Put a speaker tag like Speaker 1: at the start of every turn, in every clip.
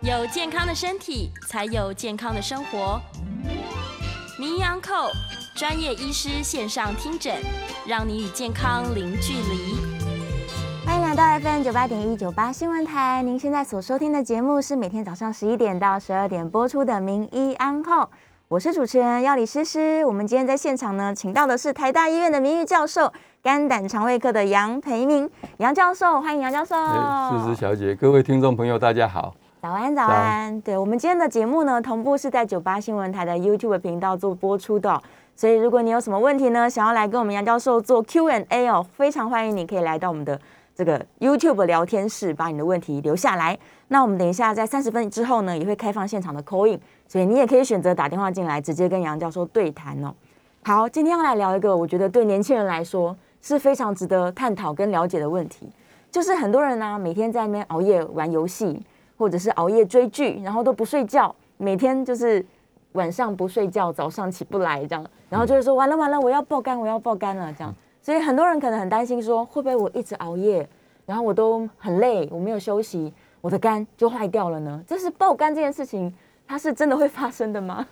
Speaker 1: 有健康的身体，才有健康的生活。名医安扣专业医师线上听诊，让你与健康零距离。
Speaker 2: 欢迎来到 FM 九八点一九八新闻台，您现在所收听的节目是每天早上十一点到十二点播出的《名医安后》，我是主持人药理诗诗。我们今天在现场呢，请到的是台大医院的名誉教授、肝胆肠胃科的杨培明杨教授，欢迎杨教授。
Speaker 3: 哎，
Speaker 2: 哦
Speaker 3: 思思小姐，各位听众朋友，大家好。
Speaker 2: 早安，早安。对我们今天的节目呢，同步是在九八新闻台的 YouTube 频道做播出的哦、所以如果你有什么问题呢，想要来跟我们杨教授做 Q&A 哦，非常欢迎你可以来到我们的这个 YouTube 聊天室，把你的问题留下来。那我们等一下在三十分之后呢，也会开放现场的 call in，所以你也可以选择打电话进来，直接跟杨教授对谈哦。好，今天要来聊一个我觉得对年轻人来说是非常值得探讨跟了解的问题，就是很多人呢、每天在那边熬夜玩游戏，或者是熬夜追剧，然后都不睡觉，每天就是晚上不睡觉，早上起不来这样，然后就会说完了完了，我要爆肝，我要爆肝了这样。所以很多人可能很担心说，会不会我一直熬夜，然后我都很累，我没有休息，我的肝就坏掉了呢？这是爆肝这件事情，它是真的会发生的吗？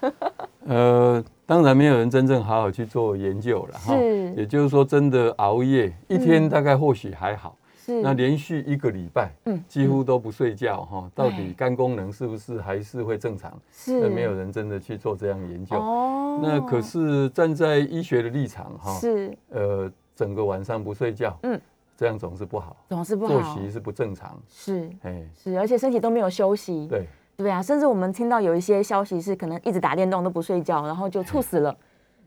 Speaker 3: 呃，当然没有人真正好好去做研究了哈
Speaker 2: 是嗯
Speaker 3: 也就是说，真的熬夜一天大概或许还好，
Speaker 2: 是
Speaker 3: 那连续一个礼拜，
Speaker 2: 嗯
Speaker 3: 几乎都不睡觉哈、到
Speaker 2: 对
Speaker 3: 底肝功能是不是还是会正常？
Speaker 2: 是
Speaker 3: 那没有人真的去做这样研究。
Speaker 2: 哦
Speaker 3: 那可是站在医学的立场哈，
Speaker 2: 是
Speaker 3: 呃，整个晚上不睡觉，
Speaker 2: 嗯，
Speaker 3: 这样总是不好，
Speaker 2: 总是不
Speaker 3: 作
Speaker 2: 好，
Speaker 3: 息是不正常，
Speaker 2: 是
Speaker 3: 哎，
Speaker 2: 是，而且身体都没有休息，
Speaker 3: 对。
Speaker 2: 对啊，甚至我们听到有一些消息是可能一直打电动都不睡觉，然后就猝死了，
Speaker 3: 嗯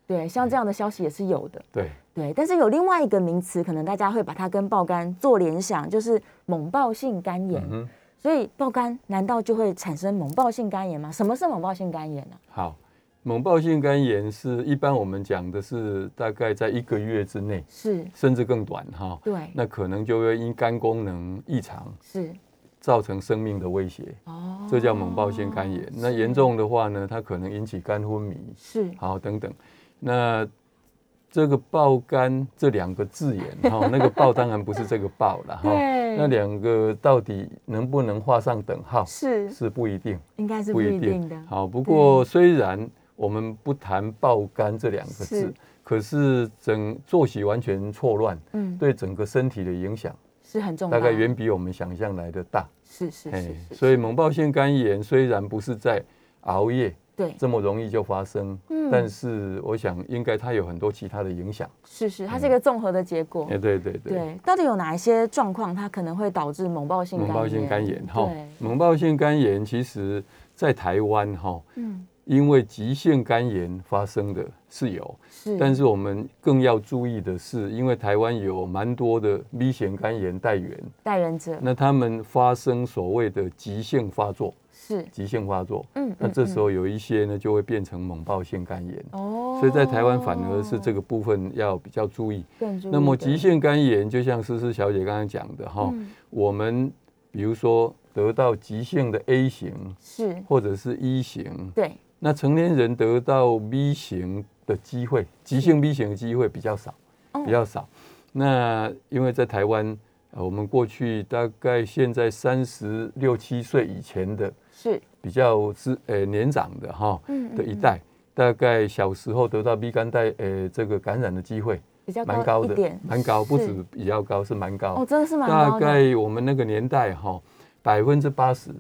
Speaker 2: 对，像这样的消息也是有的，
Speaker 3: 对，
Speaker 2: 对。但是有另外一个名词，可能大家会把它跟爆肝做联想，就是猛爆性肝炎。
Speaker 3: 嗯哼，
Speaker 2: 所以爆肝难道就会产生猛爆性肝炎吗？什么是猛爆性肝炎呢、
Speaker 3: 好，猛暴性肝炎是一般我们讲的是大概在一个月之内，
Speaker 2: 是，
Speaker 3: 甚至更短哈。
Speaker 2: 对，
Speaker 3: 那可能就会因肝功能异常
Speaker 2: 是，
Speaker 3: 造成生命的威胁，
Speaker 2: 哦
Speaker 3: 这叫猛暴性肝炎。那严重的话呢，它可能引起肝昏迷，
Speaker 2: 是
Speaker 3: 好等等。那这个“爆肝”这两个字眼哈、那个“爆”当然不是这个“爆”了哈。
Speaker 2: 对
Speaker 3: 那两个到底能不能画上等号
Speaker 2: 是，
Speaker 3: 是不一定。
Speaker 2: 应该是不
Speaker 3: 不
Speaker 2: 一
Speaker 3: 一
Speaker 2: 定
Speaker 3: 定
Speaker 2: 的。
Speaker 3: 好，不过虽然我们不谈爆肝这两个字
Speaker 2: 是，
Speaker 3: 可是整作息完全错乱，
Speaker 2: 嗯，
Speaker 3: 对整个身体的影响
Speaker 2: 是很重要。
Speaker 3: 大概远比我们想象来的大。
Speaker 2: 是是
Speaker 3: 哎
Speaker 2: 是是，
Speaker 3: 所以猛暴性肝炎虽然不是在熬夜
Speaker 2: 对，
Speaker 3: 这么容易就发生，
Speaker 2: 嗯
Speaker 3: 但是我想应该它有很多其他的影响。
Speaker 2: 是是，
Speaker 3: 嗯
Speaker 2: 它是一个综合的结果。
Speaker 3: 哎，对对对。
Speaker 2: 哦对，到底有哪一些状况它可能会导致猛爆性
Speaker 3: 猛暴性肝炎哈
Speaker 2: 对，，
Speaker 3: 猛暴性肝炎其实在台湾哈，
Speaker 2: 嗯，
Speaker 3: 因为急性肝炎发生的是有，
Speaker 2: 是，
Speaker 3: 但是我们更要注意的是，因为台湾有蛮多的 B 型肝炎带源，
Speaker 2: 带人者
Speaker 3: 那他们发生所谓的急性发作，
Speaker 2: 是，
Speaker 3: 急性发作，
Speaker 2: 嗯
Speaker 3: 那这时
Speaker 2: 候
Speaker 3: 候有一些呢就会变成猛暴性肝炎，
Speaker 2: 哦
Speaker 3: 所以在台湾反而是这个部分要比较注意。
Speaker 2: 更注意
Speaker 3: 那么哦
Speaker 2: 的
Speaker 3: 急性肝炎，就像思思小姐刚刚讲的哈，
Speaker 2: 嗯
Speaker 3: 我们比如说得到急性的 A 型
Speaker 2: 是，
Speaker 3: 或者是一、型，
Speaker 2: 对，
Speaker 3: 那成年人得到 B 型的机会，急性 B 型的机会比较少
Speaker 2: 哦，
Speaker 3: 比较少。那因为在台湾，呃，我们过去大概现在三十六七岁以前的
Speaker 2: 是，
Speaker 3: 比较是呃年长的哈
Speaker 2: 嗯
Speaker 3: 的一代，大概小时候得到 B 肝带呃这个感染的机会
Speaker 2: 比较
Speaker 3: 蛮
Speaker 2: 高
Speaker 3: 高
Speaker 2: 一
Speaker 3: 的
Speaker 2: 点，，
Speaker 3: 蛮高，不
Speaker 2: 是
Speaker 3: 止比较高，是蛮高
Speaker 2: 哦，。真的是蛮
Speaker 3: 大
Speaker 2: 高的，
Speaker 3: 概我们那个年代哈，百分之八十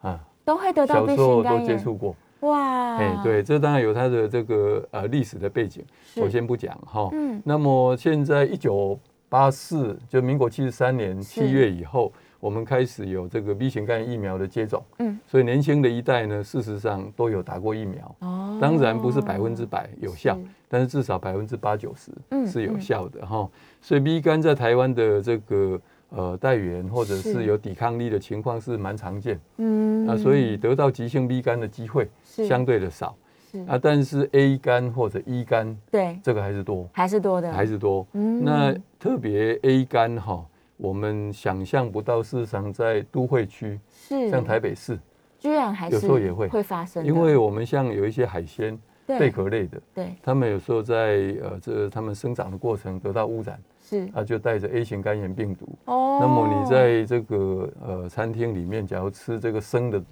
Speaker 3: 啊，
Speaker 2: 都会得哦到
Speaker 3: 小
Speaker 2: 被
Speaker 3: 时候
Speaker 2: 性
Speaker 3: 都
Speaker 2: 肝
Speaker 3: 接
Speaker 2: 炎，
Speaker 3: 触过。
Speaker 2: 哇，
Speaker 3: 哎，，对，这当然有它的这个呃历史的背景，
Speaker 2: 是
Speaker 3: 我先不讲哈。
Speaker 2: 嗯，
Speaker 3: 那么现在一九八四，就民国七十三年
Speaker 2: 是
Speaker 3: 七月以后，我们开始有这个 B 型肝炎疫苗的接种，
Speaker 2: 嗯，
Speaker 3: 所以年轻的一代呢，事实上都有打过疫苗。
Speaker 2: 哦
Speaker 3: 当然不是百分之百有效
Speaker 2: 是，
Speaker 3: 但是至少百分之八九十
Speaker 2: 嗯
Speaker 3: 是有
Speaker 2: 嗯
Speaker 3: 效的哈。所以 B 肝在台湾的这个呃带源或者
Speaker 2: 是
Speaker 3: 是有抵抗力的情况是蛮常见，
Speaker 2: 嗯
Speaker 3: 啊，所以得到急性 B 肝的机会
Speaker 2: 是
Speaker 3: 相对的少
Speaker 2: 是
Speaker 3: 啊，但是 A 肝或者 E 肝
Speaker 2: 对
Speaker 3: 这个还是多，
Speaker 2: 还是多的，
Speaker 3: 还是多。
Speaker 2: 嗯
Speaker 3: 那特别 A 肝哈，我们想象不到，事实上在都会区，
Speaker 2: 是
Speaker 3: 像台北市，
Speaker 2: 居然还是
Speaker 3: 有时候也会
Speaker 2: 会发生的，
Speaker 3: 因为我们像有一些海鲜贝
Speaker 2: 对
Speaker 3: 壳类的，
Speaker 2: 对
Speaker 3: 他们有时候在呃这他们生长的过程得到污染，
Speaker 2: 是
Speaker 3: 他就带着 A 型肝炎病毒。
Speaker 2: 哦
Speaker 3: 那么你在这个呃餐厅里面，假如吃这个生的，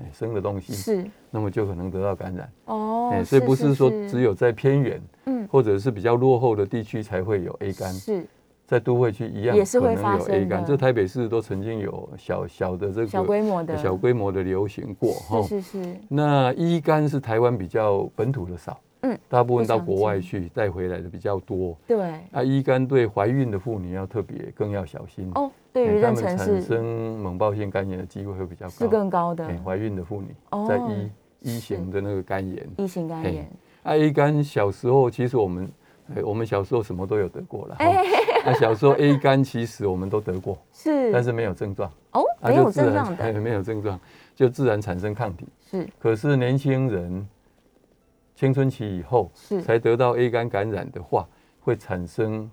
Speaker 3: 哎生的东西，
Speaker 2: 是
Speaker 3: 那么就可能得到感染。
Speaker 2: 哦
Speaker 3: 哎，，所以不是说只
Speaker 2: 有
Speaker 3: 有在偏远
Speaker 2: 嗯
Speaker 3: 或者是比较落后的地区才会有 A 肝，
Speaker 2: 是
Speaker 3: 在都会区一样
Speaker 2: 也是
Speaker 3: 可
Speaker 2: 会
Speaker 3: 能有
Speaker 2: 发
Speaker 3: A
Speaker 2: 生的
Speaker 3: 肝。这台北市都曾经有小小的这个
Speaker 2: 小规模的
Speaker 3: 小规模的流行过哈。
Speaker 2: 是是是
Speaker 3: 那一肝是台湾比较本土的少，
Speaker 2: 嗯，
Speaker 3: 大部分到
Speaker 2: 不常见
Speaker 3: 国外去带回来的比较多。
Speaker 2: 对
Speaker 3: 啊，乙肝对怀孕的妇女要特别更要小心，
Speaker 2: 哦，对于
Speaker 3: 哎她
Speaker 2: 妊
Speaker 3: 们
Speaker 2: 娠
Speaker 3: 产
Speaker 2: 是
Speaker 3: 生猛暴性肝炎的机会会比较高。
Speaker 2: 是更高的
Speaker 3: 哎怀孕的妇女
Speaker 2: 哦
Speaker 3: 在一一型的那个肝炎，
Speaker 2: 乙型肝
Speaker 3: 嘿
Speaker 2: 炎，
Speaker 3: 啊，A 肝小时候其实我们，哎，我们小时候什么都有得过了。哎，那小时候 A 肝其实我们都得过，
Speaker 2: 是
Speaker 3: 但是没有症状，
Speaker 2: 哦
Speaker 3: 啊
Speaker 2: 没
Speaker 3: 就
Speaker 2: 有
Speaker 3: 自
Speaker 2: 症
Speaker 3: 然
Speaker 2: 状的
Speaker 3: 哎 没有症状，就自然产生抗体。
Speaker 2: 是
Speaker 3: 可是年轻人青春期以后
Speaker 2: 是
Speaker 3: 才得到 A 肝感染的话，会产生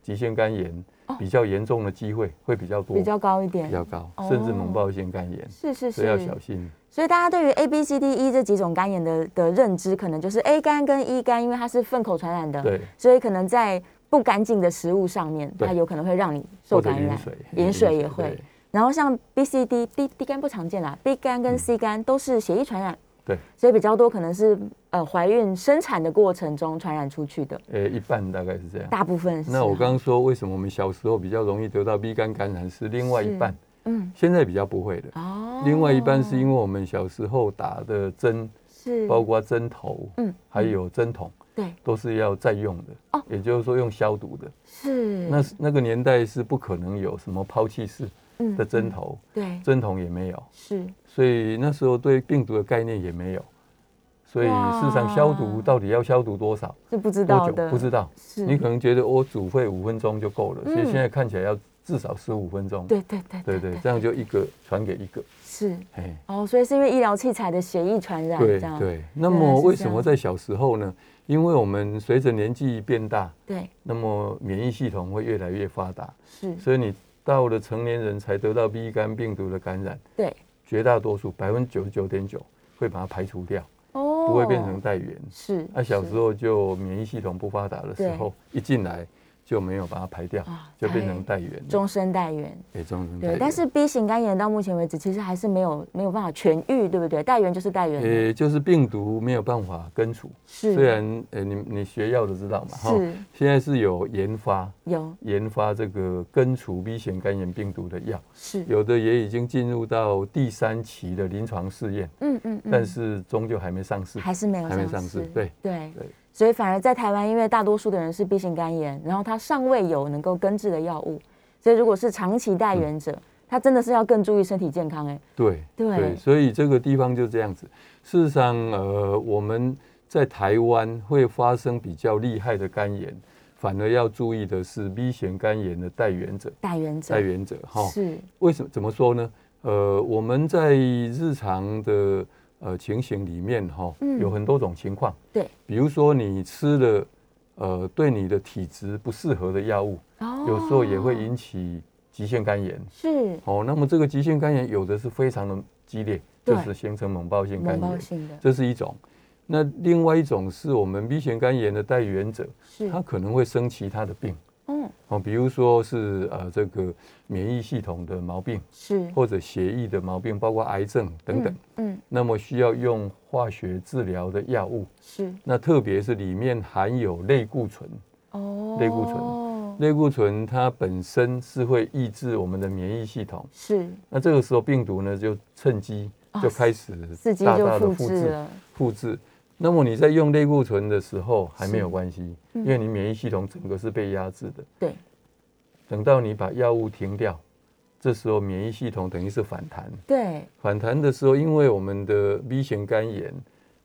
Speaker 3: 急性肝炎，比较严重的机会会比较多，
Speaker 2: 哦比较高一点
Speaker 3: 比，较高，
Speaker 2: 哦
Speaker 3: 甚至猛暴性肝炎，
Speaker 2: 是是
Speaker 3: 所以要
Speaker 2: 是
Speaker 3: 小。心。
Speaker 2: 所以大家对于 A、B、C、D、E 这几种肝炎的的认知，可能就是 A 肝跟 E 肝，因为它是粪口传染的，
Speaker 3: 对，
Speaker 2: 所以可能在不干净的食物上面，
Speaker 3: 对
Speaker 2: 它有可能会让你受
Speaker 3: 或者
Speaker 2: 感
Speaker 3: 饮
Speaker 2: 染，
Speaker 3: 水，
Speaker 2: 饮水也会。然后像 B、C、D、D、D 肝不常见啦，B 肝
Speaker 3: 嗯
Speaker 2: 跟 C 肝都是血液传染，
Speaker 3: 对。对
Speaker 2: 所以比较多可能是呃怀孕生产的过程中传染出去的，
Speaker 3: 呃，一半大概是这样。
Speaker 2: 大部分是啊。
Speaker 3: 那我刚刚说，为什么我们小时候比较容易得到 B 肝感染是另外一半，
Speaker 2: 嗯
Speaker 3: 现在比较不会了。
Speaker 2: 哦
Speaker 3: 另外一半是因为我们小时候打的针，
Speaker 2: 是
Speaker 3: 包括针头，
Speaker 2: 嗯
Speaker 3: 还有针筒，
Speaker 2: 对
Speaker 3: 都是要再用的，
Speaker 2: 哦
Speaker 3: 也就是说用消毒的。
Speaker 2: 是
Speaker 3: 那那个年代是不可能有什么抛弃式
Speaker 2: 嗯
Speaker 3: 的针头，
Speaker 2: 对
Speaker 3: 针筒也没有，
Speaker 2: 是
Speaker 3: 所以那时候对病毒的概念也没有，所以
Speaker 2: 哇
Speaker 3: 事实上消毒到底要消毒多少、
Speaker 2: 是不知
Speaker 3: 多
Speaker 2: 道
Speaker 3: 久
Speaker 2: 的，
Speaker 3: 不知道，
Speaker 2: 是
Speaker 3: 你可能觉得我煮沸五分钟就够了，
Speaker 2: 嗯
Speaker 3: 所以现在看起来要至少十五分钟。
Speaker 2: 对对对
Speaker 3: 对对，这样就一个传给一个，
Speaker 2: 是
Speaker 3: 哎，
Speaker 2: 哦，所以是因为医疗器材的血液传染这
Speaker 3: 对
Speaker 2: 样，
Speaker 3: 对。那
Speaker 2: 原来
Speaker 3: 么
Speaker 2: 是
Speaker 3: 为
Speaker 2: 这
Speaker 3: 什么
Speaker 2: 样
Speaker 3: 在小时候呢？因为我们随着年纪变大，
Speaker 2: 对
Speaker 3: 那么免疫系统会越来越发达，
Speaker 2: 是，
Speaker 3: 所以你到了成年人才得到 B 肝病毒的感染，
Speaker 2: 对
Speaker 3: 绝大多数百分之九十九点九会把它排除掉，
Speaker 2: 哦，
Speaker 3: 不会变成带源。
Speaker 2: 是
Speaker 3: 那、小时
Speaker 2: 是
Speaker 3: 候就免疫系统不发达的时候，一进来就没有把它排掉
Speaker 2: 啊，
Speaker 3: 就变成带源。
Speaker 2: 终身带源。
Speaker 3: 哎，中成带
Speaker 2: 对
Speaker 3: 源，。
Speaker 2: 但是 B 型肝炎到目前为止，其实还是没有没有办法痊愈，对不对？带源就是带源，
Speaker 3: 呃，就是病毒没有办法根除，
Speaker 2: 是
Speaker 3: 虽然呃，你你学药的知道嘛，
Speaker 2: 是
Speaker 3: 现在是有研发
Speaker 2: 有
Speaker 3: 研发这个根除 B 型肝炎病毒的药，
Speaker 2: 是
Speaker 3: 有的也已经进入到第三期的临床试验，
Speaker 2: 嗯嗯嗯，
Speaker 3: 但是终究还没上市，
Speaker 2: 还是没有
Speaker 3: 还没上市对
Speaker 2: 对
Speaker 3: 对
Speaker 2: 所以反而在台湾，因为大多数的人是 B 型肝炎，然后他尚未有能够根治的药物，所以如果是长期带源
Speaker 3: 嗯
Speaker 2: 者，他真的是要更注意身体健康。哎，
Speaker 3: 对
Speaker 2: 对
Speaker 3: 所以这个地方就这样子。事实上，呃，我们在台湾会发生比较厉害的肝炎，反而要注意的是 B 型肝炎的带源者，
Speaker 2: 带源者
Speaker 3: 带源哦者哈。
Speaker 2: 是
Speaker 3: 为什么？怎么说呢？呃，我们在日常的呃情形里面哈，
Speaker 2: 嗯
Speaker 3: 有很多种情况，
Speaker 2: 对
Speaker 3: 比如说你吃了呃对你的体质不适合的药物，
Speaker 2: 哦
Speaker 3: 有时候也会引起急性肝炎。
Speaker 2: 是
Speaker 3: 哦，那么这个急性肝炎有的是非常的激烈，
Speaker 2: 对
Speaker 3: 就是形成猛暴性肝
Speaker 2: 猛暴
Speaker 3: 炎，
Speaker 2: 性的，
Speaker 3: 这是一种。那另外一种是我们 B 型肝炎的带源者，
Speaker 2: 是
Speaker 3: 他可能会生其他的病
Speaker 2: 嗯
Speaker 3: 哦，比如说是呃这个免疫系统的毛病，
Speaker 2: 是
Speaker 3: 或者血液的毛病，包括癌症等等。
Speaker 2: 嗯嗯
Speaker 3: 那么需要用化学治疗的药物，
Speaker 2: 是
Speaker 3: 那特别是里面含有类固醇，
Speaker 2: 哦
Speaker 3: 类固醇类固醇它本身是会抑制我们的免疫系统，
Speaker 2: 是
Speaker 3: 那这个时候病毒呢就趁机
Speaker 2: 哦
Speaker 3: 就开始
Speaker 2: 自己
Speaker 3: 大
Speaker 2: 就
Speaker 3: 大的
Speaker 2: 复
Speaker 3: 复
Speaker 2: 制
Speaker 3: 制
Speaker 2: 了，
Speaker 3: 复制。那么你在用类固醇的时候还没有关系，
Speaker 2: 嗯
Speaker 3: 因为你免疫系统整个是被压制的。
Speaker 2: 对
Speaker 3: 等到你把药物停掉，这时候免疫系统等于是反弹。
Speaker 2: 对
Speaker 3: 反弹的时候，因为我们的 B 型肝炎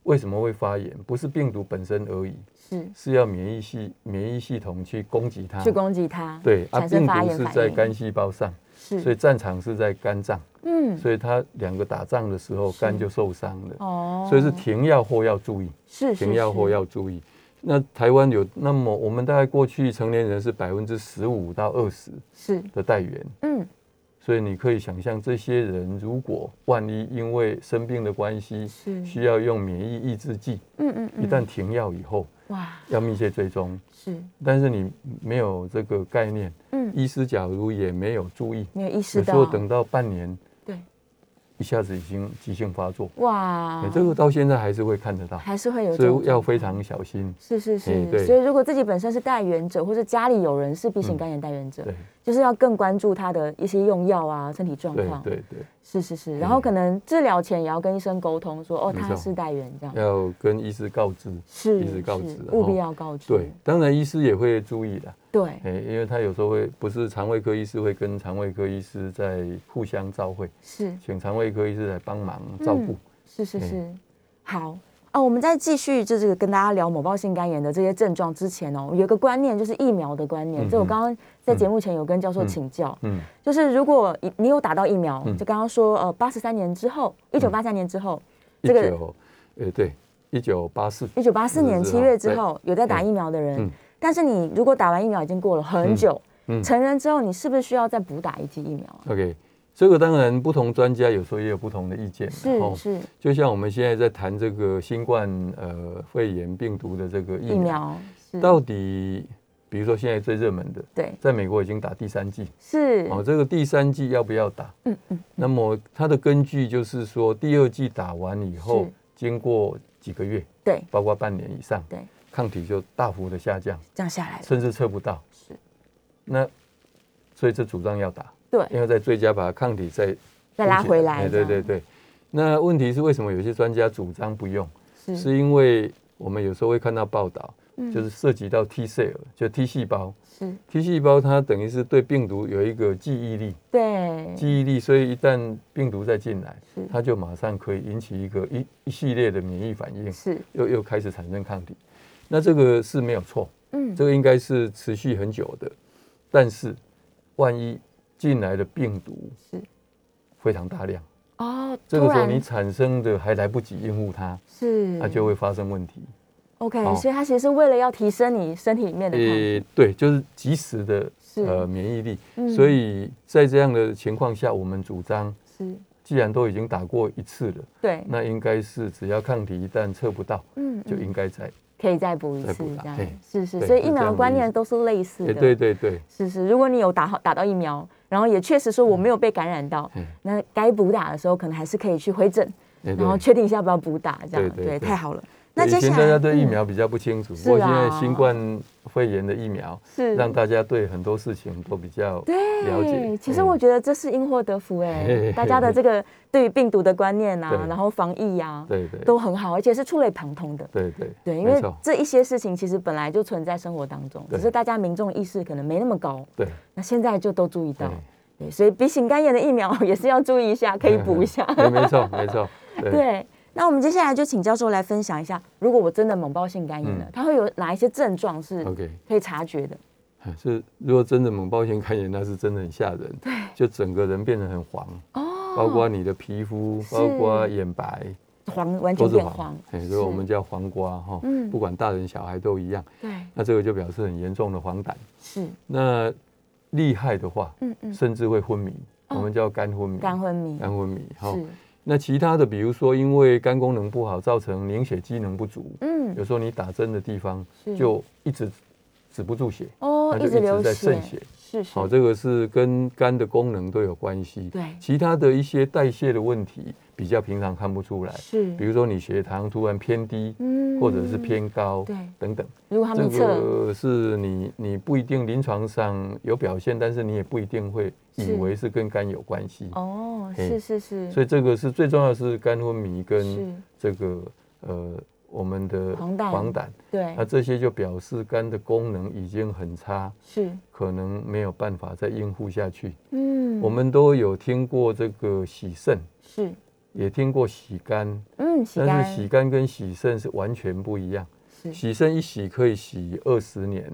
Speaker 3: 为什么会发炎？不是病毒本身而已，
Speaker 2: 是
Speaker 3: 是要免疫系免疫系统去攻击它。
Speaker 2: 去攻击它，
Speaker 3: 啊对啊，
Speaker 2: 产生
Speaker 3: 病
Speaker 2: 发
Speaker 3: 毒
Speaker 2: 炎
Speaker 3: 是
Speaker 2: 反
Speaker 3: 在
Speaker 2: 应
Speaker 3: 肝细胞上，
Speaker 2: 是
Speaker 3: 所以战场是在肝脏，
Speaker 2: 嗯
Speaker 3: 所以它两个打仗的时候，肝就受伤了。
Speaker 2: 哦
Speaker 3: 所以是停药后要注意，
Speaker 2: 是
Speaker 3: 停药后
Speaker 2: 是
Speaker 3: 要注意。那台湾有那么我们大概过去成年人是百分之十五到二十
Speaker 2: 是
Speaker 3: 的带源，
Speaker 2: 嗯
Speaker 3: 所以你可以想象，这些人如果万一因为生病的关系，
Speaker 2: 是
Speaker 3: 需要用免疫抑制剂，
Speaker 2: 嗯嗯
Speaker 3: 一
Speaker 2: 嗯，
Speaker 3: 旦停药以后，
Speaker 2: 哇，
Speaker 3: 要密切追踪。
Speaker 2: 是，
Speaker 3: 但是你没有这个概念，
Speaker 2: 嗯，
Speaker 3: 医师假如也没有注意，
Speaker 2: 没有意识
Speaker 3: 有时
Speaker 2: 到，
Speaker 3: 候等到半年，
Speaker 2: 对，
Speaker 3: 一下子已经急性发作，
Speaker 2: 哇
Speaker 3: 哎，这个到现在还是会看得到，
Speaker 2: 哦还是会有这种
Speaker 3: 所以要
Speaker 2: 状
Speaker 3: 非
Speaker 2: 况
Speaker 3: 常小心。
Speaker 2: 是是
Speaker 3: 哎
Speaker 2: 是，
Speaker 3: 对
Speaker 2: 所以如果自己本身是带源者，或是家里有人是鼻型
Speaker 3: 嗯
Speaker 2: 肝炎带源者，
Speaker 3: 对
Speaker 2: 就是要更关注他的一些用药啊、身体状
Speaker 3: 对
Speaker 2: 况。，
Speaker 3: 对对，
Speaker 2: 是是是。然后可能治疗前也要跟医生沟通说，哦，
Speaker 3: 嗯没
Speaker 2: 他
Speaker 3: 错
Speaker 2: 是带源这样，
Speaker 3: 要跟医师告知。
Speaker 2: 是
Speaker 3: 一直告知
Speaker 2: 是
Speaker 3: 然后
Speaker 2: 务必要告知。
Speaker 3: 对，当然医师也会注意的，
Speaker 2: 对
Speaker 3: 哎，因为他有时候会不是肠胃科医师会跟肠胃科医师在互相照会，
Speaker 2: 是
Speaker 3: 请肠胃科医师来帮忙照顾。
Speaker 2: 是是
Speaker 3: 哎
Speaker 2: 是，好。啊，我们在继续就是跟大家聊某暴性肝炎的这些症状之前哦，有一个观念就是疫苗的观念，
Speaker 3: 嗯
Speaker 2: 这我
Speaker 3: 嗯
Speaker 2: 刚刚在节目前有跟教授
Speaker 3: 嗯
Speaker 2: 请教，
Speaker 3: 嗯，
Speaker 2: 就是如果你你有打到疫苗，
Speaker 3: 嗯
Speaker 2: 就刚刚说呃八十三年之后，一九八三年之后，
Speaker 3: 一
Speaker 2: 这个
Speaker 3: 九，呃，对，一九八四，
Speaker 2: 一九八四年
Speaker 3: 是
Speaker 2: 七
Speaker 3: 啊
Speaker 2: 月之
Speaker 3: 对
Speaker 2: 后有在打疫苗的人
Speaker 3: 嗯，
Speaker 2: 但是你如果打完疫苗已经过了很久，
Speaker 3: 嗯嗯
Speaker 2: 成人之后你是不是需要再补打一剂疫苗啊？
Speaker 3: OK，这个当然不同专家有时候也有不同的意见，
Speaker 2: 是是
Speaker 3: 就像我们现在在谈这个新冠呃肺炎病毒的这个疫
Speaker 2: 疫苗嗯是
Speaker 3: 到底比如说现在最热门的，
Speaker 2: 对
Speaker 3: 在美国已经打第三剂，
Speaker 2: 是
Speaker 3: 哦，这个第三剂要不要打？
Speaker 2: 嗯嗯
Speaker 3: 那么它的根据就是说，第二剂打完以后
Speaker 2: 是，
Speaker 3: 经过几个月，
Speaker 2: 对
Speaker 3: 包括半年以上，
Speaker 2: 对，
Speaker 3: 抗体就大幅的下降，
Speaker 2: 这样下来了
Speaker 3: 甚至测不到。
Speaker 2: 是
Speaker 3: 那所以这主张要打，因
Speaker 2: 对
Speaker 3: 为再追加把抗体再
Speaker 2: 再拉回
Speaker 3: 哎
Speaker 2: 来这
Speaker 3: 对
Speaker 2: 样，
Speaker 3: 对对。那问题是为什么有些专家主张不用？
Speaker 2: 是
Speaker 3: 是因为我们有时候会看到报道，
Speaker 2: 嗯
Speaker 3: 就是涉及到 T cell，就 T 细胞。
Speaker 2: 是
Speaker 3: T 细胞它等于是对病毒有一个记忆力，
Speaker 2: 对
Speaker 3: 记忆力，所以一旦病毒再进来
Speaker 2: 嗯是，
Speaker 3: 它就马上可以引起一个一一系列的免疫反应，
Speaker 2: 是
Speaker 3: 又又开始产生抗体。那这个是没有错，
Speaker 2: 嗯
Speaker 3: 这个应该是持续很久的。但是，万一进来的病毒
Speaker 2: 是
Speaker 3: 非常大量，
Speaker 2: 哦，
Speaker 3: 这个时候
Speaker 2: 突然
Speaker 3: 你产生的还来不及应付它，
Speaker 2: 是
Speaker 3: 它就会发生问题。
Speaker 2: 嗯 OK，
Speaker 3: 哦
Speaker 2: 所以它其实是为了要提升你身体里面的抗体，
Speaker 3: 呃，对，就是及时的
Speaker 2: 是
Speaker 3: 呃免疫力。
Speaker 2: 嗯
Speaker 3: 所以在这样的情况下，我们主张，
Speaker 2: 是
Speaker 3: 既然都已经打过一次了，
Speaker 2: 对，
Speaker 3: 那应该是只要抗体一旦测不到，
Speaker 2: 嗯
Speaker 3: 就
Speaker 2: 嗯
Speaker 3: 应该在。
Speaker 2: 可以再补一
Speaker 3: 再
Speaker 2: 次
Speaker 3: 补打
Speaker 2: 这样
Speaker 3: 嘿，
Speaker 2: 是是，
Speaker 3: 对
Speaker 2: 所以
Speaker 3: 是
Speaker 2: 疫
Speaker 3: 这
Speaker 2: 苗
Speaker 3: 样
Speaker 2: 的
Speaker 3: 的
Speaker 2: 观
Speaker 3: 意
Speaker 2: 念
Speaker 3: 思
Speaker 2: 都是类似的，
Speaker 3: 哎，对对对，
Speaker 2: 是是，如果你有打好打到疫苗，然后也确实说我没有被感染到，
Speaker 3: 嗯
Speaker 2: 那该补打的时候可能还是可以去回诊，
Speaker 3: 哎
Speaker 2: 然后
Speaker 3: 对。
Speaker 2: 确定一下要不要补打，这样
Speaker 3: 对对对
Speaker 2: 太好了。那
Speaker 3: 以
Speaker 2: 接
Speaker 3: 前
Speaker 2: 下
Speaker 3: 大家
Speaker 2: 来嗯
Speaker 3: 对疫苗比较不清楚，
Speaker 2: 是
Speaker 3: 不过现在
Speaker 2: 啊
Speaker 3: 新冠肺炎的疫苗
Speaker 2: 是
Speaker 3: 让大家对很多事情都比较了
Speaker 2: 对，
Speaker 3: 解。
Speaker 2: 其实我
Speaker 3: 嗯
Speaker 2: 觉得这是因祸得福哎、
Speaker 3: 嘿嘿嘿
Speaker 2: 大家的这个对于病毒的观念啊，
Speaker 3: 对
Speaker 2: 然后防疫啊，
Speaker 3: 嗯对对
Speaker 2: 都很好，而且是触类旁通的。
Speaker 3: 对对
Speaker 2: 对，因
Speaker 3: 没
Speaker 2: 为
Speaker 3: 错，
Speaker 2: 这一些事情其实本来就存在生活当中，只
Speaker 3: 对
Speaker 2: 是大家民众意识可能没那么高，
Speaker 3: 对嗯
Speaker 2: 那现在就都注意到
Speaker 3: 对。
Speaker 2: 对，所以鼻型肝炎的疫苗 也是要注意一下，可以补一下。
Speaker 3: 对没错 没错，对
Speaker 2: 对，那我们接下来就请教授来分享一下，如果我真的猛暴性肝炎了，
Speaker 3: 嗯
Speaker 2: 它会有哪一些症状是
Speaker 3: ，OK。
Speaker 2: 可以察觉的？
Speaker 3: 是，如果真的猛暴性肝炎，那是真的很吓人，对，就整个人变得很黄，
Speaker 2: 哦，
Speaker 3: 包括你的皮肤，包
Speaker 2: 是
Speaker 3: 括眼白，
Speaker 2: 黄完全
Speaker 3: 都是
Speaker 2: 变
Speaker 3: 黄
Speaker 2: 黄，，
Speaker 3: 哎，所
Speaker 2: 是
Speaker 3: 以我们叫黄瓜哈，
Speaker 2: 嗯
Speaker 3: 不管大人小孩都一样。
Speaker 2: 对，
Speaker 3: 那这个就表示很严重的黄疸。
Speaker 2: 是，
Speaker 3: 那厉害的话，
Speaker 2: 嗯嗯，
Speaker 3: 甚至会昏迷，
Speaker 2: 哦
Speaker 3: 我们叫肝昏迷。
Speaker 2: 肝昏迷
Speaker 3: 肝昏迷哈。
Speaker 2: 是，
Speaker 3: 那其他的，比如说因为肝功能不好，造成凝血机能不足，
Speaker 2: 嗯，
Speaker 3: 有时候你打针的地方
Speaker 2: 是
Speaker 3: 就一直止不住血。
Speaker 2: 哦，
Speaker 3: 它就
Speaker 2: 一直
Speaker 3: 一直
Speaker 2: 流
Speaker 3: 在
Speaker 2: 血
Speaker 3: 渗，血
Speaker 2: 是是
Speaker 3: 好，，这个是跟肝的功能都有关系。
Speaker 2: 对
Speaker 3: 其他的一些代谢的问题比较平常看不出来，
Speaker 2: 是
Speaker 3: 比，如说你血糖突然偏低，
Speaker 2: 嗯
Speaker 3: 或者是，偏高，
Speaker 2: 对
Speaker 3: 等等。
Speaker 2: 如果他
Speaker 3: 这
Speaker 2: 们测
Speaker 3: 个是你你不一定临床上有表现，但是你也不一定会以
Speaker 2: 是
Speaker 3: 为是跟肝有关系。
Speaker 2: 哦，
Speaker 3: 嘿
Speaker 2: 是是是，
Speaker 3: 所以这个是最重要的是肝昏迷
Speaker 2: 是
Speaker 3: 跟这个呃我们的
Speaker 2: 黄疸哎
Speaker 3: 黄疸，
Speaker 2: 对
Speaker 3: 那，这些就表示肝的功能已经很差，
Speaker 2: 是，
Speaker 3: 可能没有办法再应付下去。
Speaker 2: 嗯，
Speaker 3: 我们都有听过这个洗肾，
Speaker 2: 是，
Speaker 3: 也听过洗肝，
Speaker 2: 嗯，洗
Speaker 3: 但
Speaker 2: 肝
Speaker 3: 是洗肝跟洗肾是完全不一样。
Speaker 2: 是
Speaker 3: 洗肾一洗可以洗二十年，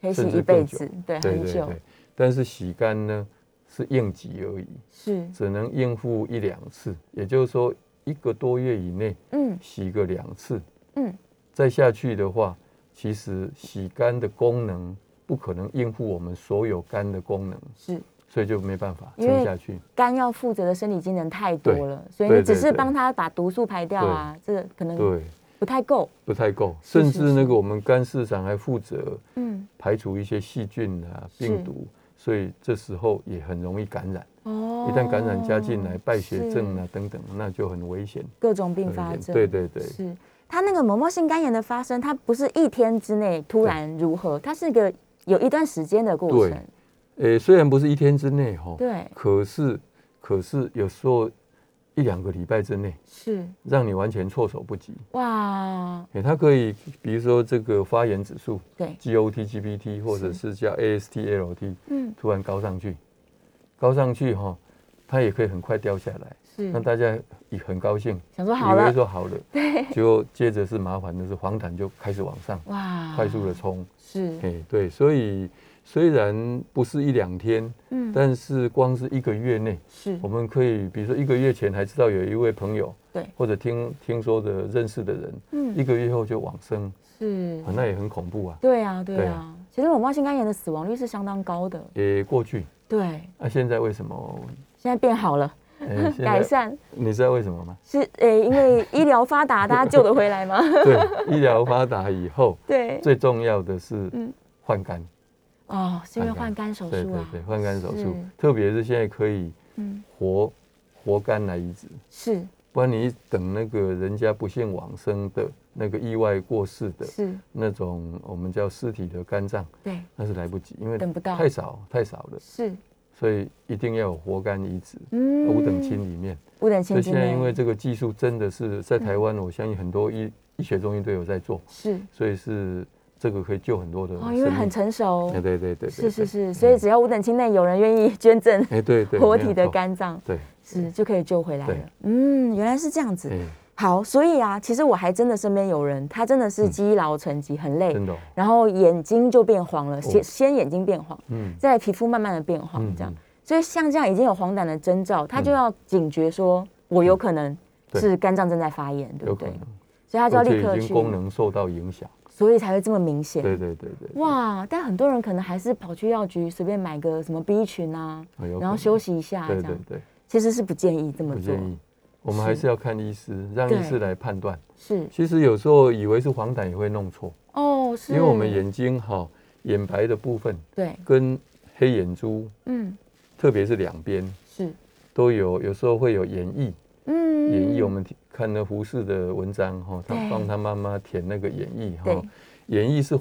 Speaker 2: 可以洗
Speaker 3: 甚至
Speaker 2: 一辈
Speaker 3: 更久
Speaker 2: 子，对，
Speaker 3: 对
Speaker 2: 很
Speaker 3: 对
Speaker 2: 久
Speaker 3: 对，但是洗肝呢是应急而已，
Speaker 2: 是，
Speaker 3: 只能应付一两次，也就是说一个多月以内
Speaker 2: 嗯
Speaker 3: 洗个两次，
Speaker 2: 嗯，
Speaker 3: 再下去的话，其实洗肝的功能不可能应付我们所有肝的功能，
Speaker 2: 是
Speaker 3: 所以就没办法
Speaker 2: 因为
Speaker 3: 撑下去。
Speaker 2: 肝要负责的生理机能太多
Speaker 3: 对
Speaker 2: 了，所以
Speaker 3: 对
Speaker 2: 你只
Speaker 3: 对
Speaker 2: 是
Speaker 3: 对
Speaker 2: 帮他把毒素排掉啊，这个可能
Speaker 3: 对，
Speaker 2: 不太够。
Speaker 3: 不太够，
Speaker 2: 是
Speaker 3: 甚
Speaker 2: 是
Speaker 3: 至那
Speaker 2: 是
Speaker 3: 个我们肝市场还负责
Speaker 2: 嗯，
Speaker 3: 排除一些细菌啊、
Speaker 2: 是
Speaker 3: 病毒，所以这时候也很容易感染。
Speaker 2: 哦
Speaker 3: 一旦感染加进来，败血症
Speaker 2: 是
Speaker 3: 啊等等，那就很危险。
Speaker 2: 各种病
Speaker 3: 很
Speaker 2: 发
Speaker 3: 严
Speaker 2: 症，
Speaker 3: 对对对
Speaker 2: 是。它那个某某性肝炎的发生，它不是一天之内突然如何，它是一个有一段时间的过程。
Speaker 3: 诶，虽然不是一天之内哈，
Speaker 2: 对，
Speaker 3: 可是可是有时候一两个礼拜之内，
Speaker 2: 是
Speaker 3: 让你完全措手不及。
Speaker 2: 哇，
Speaker 3: 诶，它可以，比如说这个发炎指数
Speaker 2: 对，
Speaker 3: GOT、GPT，或者是叫 AST、LT，
Speaker 2: 嗯，
Speaker 3: 突然高上去，高上去哈，它也可以很快掉下来。
Speaker 2: 是
Speaker 3: 那大家也很高兴，
Speaker 2: 想说好
Speaker 3: 以为
Speaker 2: 了，
Speaker 3: 说好 了，对，就接着是麻烦的是黄疸就开始往上，
Speaker 2: 哇，
Speaker 3: 快速的冲，
Speaker 2: 啊是，
Speaker 3: 哎，对，所以虽然不是一两天，
Speaker 2: 嗯，
Speaker 3: 但是光是一个月内，
Speaker 2: 是
Speaker 3: 我们可以比如说一个月前还知道有一位朋友，
Speaker 2: 对
Speaker 3: 或者听听说的认识的人，
Speaker 2: 嗯
Speaker 3: 一个月后就往生，
Speaker 2: 是
Speaker 3: 啊，那也很恐怖啊，
Speaker 2: 对啊，对
Speaker 3: 对
Speaker 2: 啊。其实我冒性肝炎的死亡率是相当高的，
Speaker 3: 也过去，
Speaker 2: 对，
Speaker 3: 那现在为什么？
Speaker 2: 现在变好了，
Speaker 3: 哎现
Speaker 2: 改
Speaker 3: 在
Speaker 2: 善？
Speaker 3: 你知道为什么吗
Speaker 2: 是诶、因为医疗发达，大家救得回来吗？
Speaker 3: 对，医疗发达以后，
Speaker 2: 对，
Speaker 3: 最重要的是
Speaker 2: 嗯
Speaker 3: 换肝。
Speaker 2: 哦，是因为换
Speaker 3: 换
Speaker 2: 肝手
Speaker 3: 对
Speaker 2: 术
Speaker 3: 对
Speaker 2: 啊，
Speaker 3: 对，换肝手术
Speaker 2: 是，
Speaker 3: 特别是现在可以
Speaker 2: 嗯，
Speaker 3: 活活肝来移植，
Speaker 2: 是
Speaker 3: 不然你等那个人家不幸往生的那个意外过世的
Speaker 2: 是，
Speaker 3: 那种我们叫尸体的肝脏，
Speaker 2: 对，
Speaker 3: 那是来不及，因为
Speaker 2: 等不到
Speaker 3: 太少太少了，
Speaker 2: 是，
Speaker 3: 所以一定要有活肝移植。
Speaker 2: 嗯
Speaker 3: 五等亲，里面，
Speaker 2: 五等
Speaker 3: 所
Speaker 2: 亲
Speaker 3: 以
Speaker 2: 之
Speaker 3: 现
Speaker 2: 内，
Speaker 3: 在因为这个技术真的是在台湾，我相信很多医医学中心都有在做，
Speaker 2: 是
Speaker 3: 所以是这个可以救很多的生
Speaker 2: 哦，
Speaker 3: 命。
Speaker 2: 因为很成熟
Speaker 3: 哎，，对对对，对
Speaker 2: 是是
Speaker 3: 对，嗯
Speaker 2: 是，所以只要五等亲内有人愿意捐赠
Speaker 3: 哎 对对，
Speaker 2: 活
Speaker 3: 没有
Speaker 2: 体的
Speaker 3: 错，
Speaker 2: 肝脏，
Speaker 3: 对，
Speaker 2: 是就可以救回来
Speaker 3: 对
Speaker 2: 了。嗯，原来是这样子。
Speaker 3: 哎
Speaker 2: 好，所以啊，其实我还真的身边有人，他真的是积劳成疾，很累，
Speaker 3: 嗯真的哦，
Speaker 2: 然后眼睛就变黄了，先
Speaker 3: 哦
Speaker 2: 先眼睛变黄，
Speaker 3: 嗯。
Speaker 2: 再来皮肤慢慢的变黄，
Speaker 3: 嗯
Speaker 2: 啊这样
Speaker 3: 嗯。
Speaker 2: 所以像这样已经有黄疸的征兆，他就要警觉说，我有可能
Speaker 3: 嗯对
Speaker 2: 是肝脏正在发炎，对不
Speaker 3: 有可
Speaker 2: 对
Speaker 3: 能？，
Speaker 2: 所以他就要
Speaker 3: 而
Speaker 2: 立
Speaker 3: 且
Speaker 2: 刻
Speaker 3: 已
Speaker 2: 去
Speaker 3: 经，功能受到影响。
Speaker 2: 所以才会这么明显。
Speaker 3: 对对对对，
Speaker 2: 哇！但很多人可能还是跑去药局随便买个什么 B 群啊，
Speaker 3: 啊有
Speaker 2: 然
Speaker 3: 可
Speaker 2: 后
Speaker 3: 能
Speaker 2: 休息一下，这
Speaker 3: 对对
Speaker 2: 样
Speaker 3: 对，
Speaker 2: 其实是不建议这么
Speaker 3: 不
Speaker 2: 做
Speaker 3: 建。议。我们还
Speaker 2: 是
Speaker 3: 是要看医师，让
Speaker 2: 对
Speaker 3: 医师来判断。
Speaker 2: 是
Speaker 3: 其实有时候以为是黄疸也会弄错，
Speaker 2: 哦，是
Speaker 3: 因为我们眼睛哈眼白的部分
Speaker 2: 对，
Speaker 3: 跟黑眼珠，
Speaker 2: 嗯，
Speaker 3: 特别是两边
Speaker 2: 是
Speaker 3: 都有，有时候会有眼翳。
Speaker 2: 嗯
Speaker 3: 眼翳我们听看了胡适的文章哈，他
Speaker 2: 对
Speaker 3: 帮他妈妈填那个眼翳
Speaker 2: 对
Speaker 3: 哈，眼翳是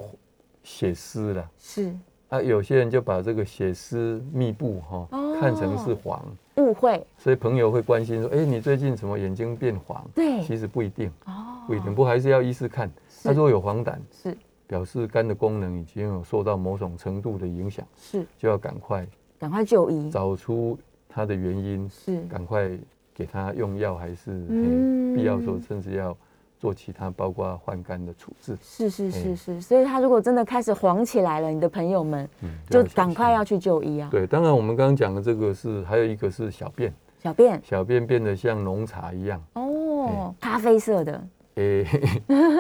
Speaker 3: 血丝啦。
Speaker 2: 是
Speaker 3: 啊，有些人就把这个血丝密布哈、
Speaker 2: 哦
Speaker 3: 看成是黄，
Speaker 2: 误会，
Speaker 3: 所以朋友会关心说：“哎、你最近怎么眼睛变黄？”
Speaker 2: 对
Speaker 3: 其实不一定，
Speaker 2: 哦
Speaker 3: 不一定，不还是要医师看。
Speaker 2: 是
Speaker 3: 他如果有黄疸，
Speaker 2: 是
Speaker 3: 表示肝的功能已经有受到某种程度的影响，
Speaker 2: 是，
Speaker 3: 就要赶快
Speaker 2: 赶快就医
Speaker 3: 找出它的原因，
Speaker 2: 是
Speaker 3: 赶快给他用药，还是、
Speaker 2: 嗯
Speaker 3: 嗯、必要时候甚至要做其他包括换肝的处置。
Speaker 2: 是是是
Speaker 3: 哎
Speaker 2: 是，所以他如果真的开始黄起来了，你的朋友们
Speaker 3: 嗯，
Speaker 2: 就
Speaker 3: 小心
Speaker 2: 赶快要去就医啊。
Speaker 3: 对。当然，我们刚刚讲的这个是还有一个是小便。
Speaker 2: 小便
Speaker 3: 小便变得像浓茶一样，
Speaker 2: 哦，咖啡色的，
Speaker 3: 诶、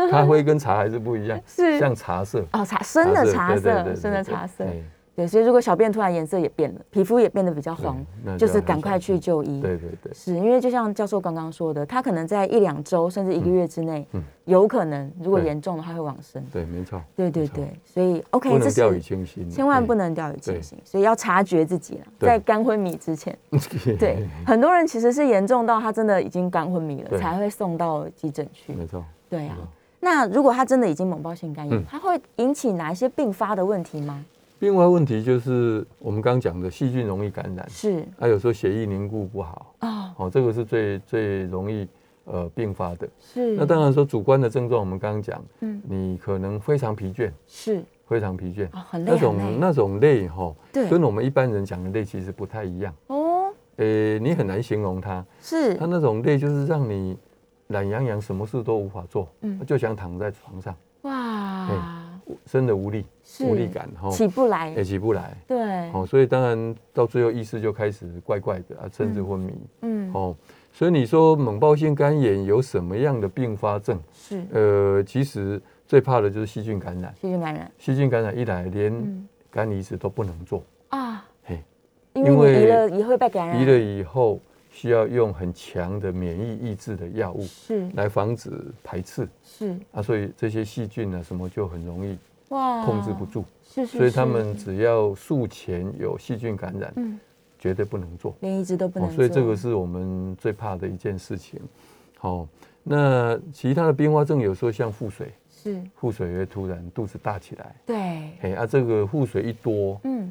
Speaker 3: 咖啡跟茶还是不一样，
Speaker 2: 是
Speaker 3: 像茶色，
Speaker 2: 哦，茶深的茶
Speaker 3: 对对对
Speaker 2: 色，
Speaker 3: 对嗯
Speaker 2: 深的茶色
Speaker 3: 对。诶
Speaker 2: 对，所以如果小便突然颜色也变了，皮肤也变得比较黄
Speaker 3: 对那，
Speaker 2: 就
Speaker 3: 就是要
Speaker 2: 赶
Speaker 3: 很
Speaker 2: 快
Speaker 3: 小
Speaker 2: 去
Speaker 3: 心
Speaker 2: 就医。
Speaker 3: 对对对，
Speaker 2: 是因为就像教授刚刚说的，他可能在一两周甚至一个月之内，
Speaker 3: 嗯
Speaker 2: 有可能如果
Speaker 3: 对
Speaker 2: 严重的话会往生。
Speaker 3: 对，没错，
Speaker 2: 对对
Speaker 3: 没错
Speaker 2: 对，，所以 OK，
Speaker 3: 不
Speaker 2: 这
Speaker 3: 能掉以
Speaker 2: 是
Speaker 3: 轻心，
Speaker 2: 千万不
Speaker 3: 诶，
Speaker 2: 能掉以轻
Speaker 3: 对
Speaker 2: 心，所以要察觉自己了，
Speaker 3: 对
Speaker 2: 在肝昏迷之前。 对，很多人其实是严重到他真的已经肝昏迷了，
Speaker 3: 对嗯
Speaker 2: 才会送到急诊去。
Speaker 3: 没错。
Speaker 2: 对啊
Speaker 3: 没错，
Speaker 2: 那如果他真的已经猛暴性肝炎，
Speaker 3: 嗯
Speaker 2: 它会引起哪一些并发的问题吗？
Speaker 3: 另外问题就是我们刚刚讲的细菌容易感染，
Speaker 2: 是
Speaker 3: 还、啊、有时候血液凝固不好，
Speaker 2: 哦，
Speaker 3: 哦，这个是最最容易呃并发的。
Speaker 2: 是
Speaker 3: 那当然说主观的症状，我们刚刚讲，
Speaker 2: 嗯
Speaker 3: 你可能非常疲倦，
Speaker 2: 是
Speaker 3: 非常疲倦，
Speaker 2: 啊，很累
Speaker 3: 那
Speaker 2: 很
Speaker 3: 种
Speaker 2: 累，
Speaker 3: 那种累哈，
Speaker 2: 对
Speaker 3: 跟我们一般人讲的累其实不太一样。
Speaker 2: 哦，
Speaker 3: 呃，你很难形容它，
Speaker 2: 是
Speaker 3: 它那种累就是让你懒洋洋，什么事都无法做，
Speaker 2: 嗯
Speaker 3: 就想躺在床上，哎
Speaker 2: 哇，
Speaker 3: 真的无力，
Speaker 2: 是
Speaker 3: 无力感哈，
Speaker 2: 起不来
Speaker 3: 也，起不来。
Speaker 2: 对，
Speaker 3: 哦，所以当然到最后意识就开始怪怪的啊，甚至昏迷、
Speaker 2: 嗯，
Speaker 3: 哦。所以你说猛暴性肝炎有什么样的并发症？
Speaker 2: 是
Speaker 3: 呃，其实最怕的就是细菌感染。
Speaker 2: 细菌感染
Speaker 3: 细菌感染一来，连
Speaker 2: 嗯
Speaker 3: 肝移植都不能做，
Speaker 2: 啊，
Speaker 3: 嘿，
Speaker 2: 因为你移了也会被感染，
Speaker 3: 移了以后需要用很强的免疫抑制的药物
Speaker 2: 是
Speaker 3: 来防止排斥
Speaker 2: 是
Speaker 3: 啊，所以这些细菌啊什么就很容易
Speaker 2: 哇，
Speaker 3: 控制不住，
Speaker 2: 是是，
Speaker 3: 所以
Speaker 2: 是
Speaker 3: 他们只要术前有细菌感染，
Speaker 2: 嗯
Speaker 3: 绝对不能做。
Speaker 2: 连一只都不能
Speaker 3: 哦，
Speaker 2: 做，
Speaker 3: 所以这个是我们最怕的一件事情。好、那其他的并发症有时候像腹水，
Speaker 2: 是
Speaker 3: 腹水会突然肚子大起来，
Speaker 2: 对，
Speaker 3: 哎啊，这个腹水一多
Speaker 2: 嗯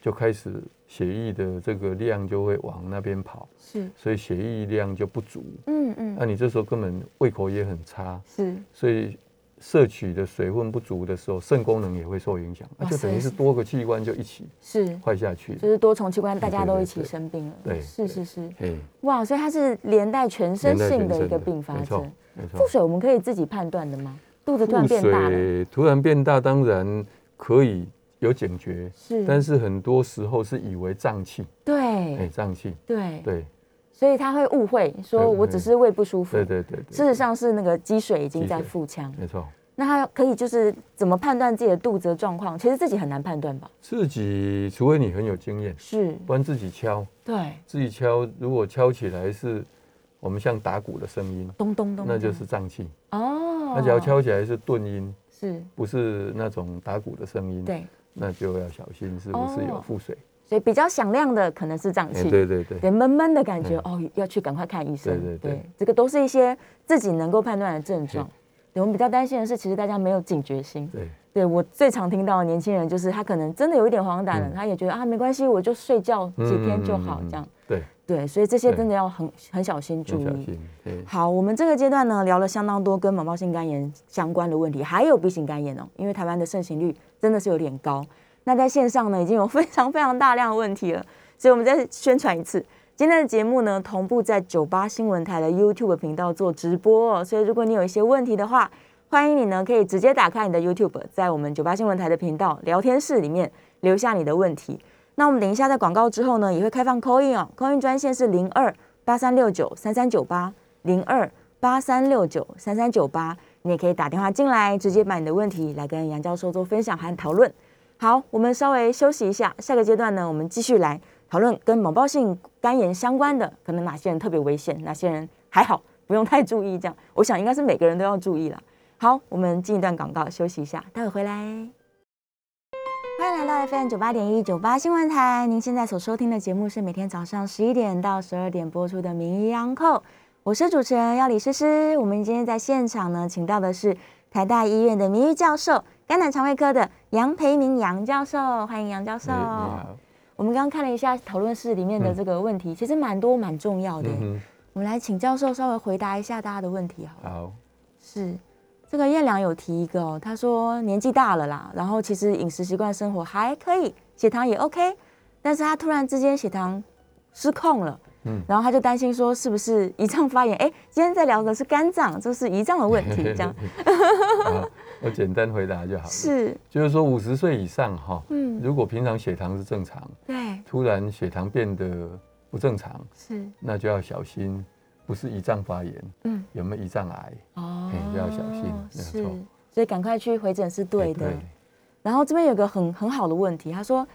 Speaker 3: 就开始血液的这个量就会往那边跑，
Speaker 2: 是
Speaker 3: 所以血液量就不足。
Speaker 2: 嗯
Speaker 3: 那、
Speaker 2: 嗯
Speaker 3: 你这时候根本胃口也很差，
Speaker 2: 是
Speaker 3: 所以摄取的水分不足的时候，肾功能也会受影响，那、
Speaker 2: 哇
Speaker 3: 就等于
Speaker 2: 塞
Speaker 3: 是多个器官就一起
Speaker 2: 是，
Speaker 3: 坏下去
Speaker 2: 就
Speaker 3: 了。
Speaker 2: 是多重器官大家
Speaker 3: 对
Speaker 2: 都
Speaker 3: 对
Speaker 2: 一
Speaker 3: 对
Speaker 2: 起
Speaker 3: 对
Speaker 2: 生病了，
Speaker 3: 对
Speaker 2: 是
Speaker 3: 对
Speaker 2: 是是，
Speaker 3: 哎，
Speaker 2: 哇，所以它是连带全身
Speaker 3: 连带
Speaker 2: 性
Speaker 3: 全
Speaker 2: 的一
Speaker 3: 身
Speaker 2: 个并发
Speaker 3: 没错
Speaker 2: 症。，
Speaker 3: 没错
Speaker 2: 腹。水我们可以自己判断的吗？肚子突然
Speaker 3: 腹
Speaker 2: 变大了，
Speaker 3: 水突然变大，当然可以有警觉，
Speaker 2: 是，
Speaker 3: 但是很多时候是以为胀气，哎，
Speaker 2: 对
Speaker 3: 胀气，
Speaker 2: 对，
Speaker 3: 对，
Speaker 2: 所以他会误会说
Speaker 3: 对哎
Speaker 2: 我只是胃不舒服，
Speaker 3: 对对对，对
Speaker 2: 事实，上是那个积水已经
Speaker 3: 积
Speaker 2: 在
Speaker 3: 水
Speaker 2: 腹腔。
Speaker 3: 没错，
Speaker 2: 那他可以就是怎么判断自己的肚子的状况？其实自己很难判断吧？
Speaker 3: 自己除非你很有经验，
Speaker 2: 是，
Speaker 3: 不然自己敲，
Speaker 2: 对，
Speaker 3: 自己敲，如果敲起来是我们像打鼓的声音，
Speaker 2: 咚咚咚，
Speaker 3: 那就
Speaker 2: 咚
Speaker 3: 是胀气；
Speaker 2: 哦，
Speaker 3: 那只要敲起来是顿音，
Speaker 2: 是，
Speaker 3: 不是那种打鼓的声音，，
Speaker 2: 对，
Speaker 3: 那就要小心是不是有
Speaker 2: 哦
Speaker 3: 腹水，
Speaker 2: 所以比较响亮的可能是胀
Speaker 3: 哎，
Speaker 2: 气，
Speaker 3: 对对对，
Speaker 2: 对，闷闷的感觉，
Speaker 3: 嗯
Speaker 2: 哦，要去赶快看医生。
Speaker 3: 对对对
Speaker 2: 这个都是一些自己能够判断的症状。对我们比较担心的是，其实大家没有警觉心。
Speaker 3: 对，
Speaker 2: 对我最常听到的年轻人就是，他可能真的有一点黄疸了，
Speaker 3: 嗯
Speaker 2: 他也觉得啊没关系，我就睡觉
Speaker 3: 嗯
Speaker 2: 几天就好
Speaker 3: 嗯嗯嗯
Speaker 2: 这样。
Speaker 3: 对，
Speaker 2: 对，所以这些
Speaker 3: 对
Speaker 2: 真的要很很小心注
Speaker 3: 要小
Speaker 2: 意。
Speaker 3: 心，哎。
Speaker 2: 好，我们这个阶段呢，聊了相当多跟毛包性肝炎相关的问题，还有 B 型肝炎哦，因为台湾的盛行率真的是有点高。那在线上呢，已经有非常非常大量的问题了，所以我们再宣传一次。今天的节目呢，同步在九八新闻台的 YouTube 频道做直播、哦，所以如果你有一些问题的话，欢迎你呢可以直接打开你的 YouTube，在我们九八新闻台的频道聊天室里面留下你的问题。那我们等一下在广告之后呢，也会开放 call in 哦，call in 专线是零二八三六九三三九八零二八三六九三三九八，你也可以打电话进来，直接把你的问题来跟杨教授做分享和讨论。好，我们稍微休息一下，下个阶段呢，我们继续来讨论跟猛暴性肝炎相关的，可能哪些人特别危险，哪些人还好，不用太注意。这样，我想应该是每个人都要注意了。好，我们进一段广告，休息一下，待会回来。欢迎来到 FM 九八点一九八新闻台，您现在所收听的节目是每天早上十一点到十二点播出的《名医央叩》，我是主持人要李诗诗。我们今天在现场呢，请到的是台大医院的名誉教授、肝胆肠胃科的杨培明杨教授，欢迎杨教授。
Speaker 3: 哎你好
Speaker 2: 我们刚刚看了一下讨论室里面的这个问题，其实蛮多蛮重要的。
Speaker 3: 嗯
Speaker 2: 我们来请教授稍微回答一下大家的问题好了
Speaker 3: 哼，好，
Speaker 2: 是，这个燕良有提一个哦，他说年纪大了啦，然后其实饮食习惯生活还可以，血糖也 OK，但是他突然之间血糖失控了，嗯
Speaker 3: 嗯，
Speaker 2: 然后他就担心说是不是胰脏发炎？哎，今天在聊的是肝脏，这是胰脏的问题，这样
Speaker 3: 好，我简单回答就好了。
Speaker 2: 是，
Speaker 3: 就是说五十岁以上哈，
Speaker 2: 嗯，
Speaker 3: 如果平常血糖是正常，
Speaker 2: 对，
Speaker 3: 突然血糖变得不正常，
Speaker 2: 是，
Speaker 3: 那就要小心，不是胰脏发炎，
Speaker 2: 嗯，
Speaker 3: 有没有胰脏癌？
Speaker 2: 哦
Speaker 3: 嘿，要小心没
Speaker 2: 是
Speaker 3: 有错，
Speaker 2: 所以赶快去回诊是对
Speaker 3: 哎
Speaker 2: 的。然后这边有个很很好的问题，他说。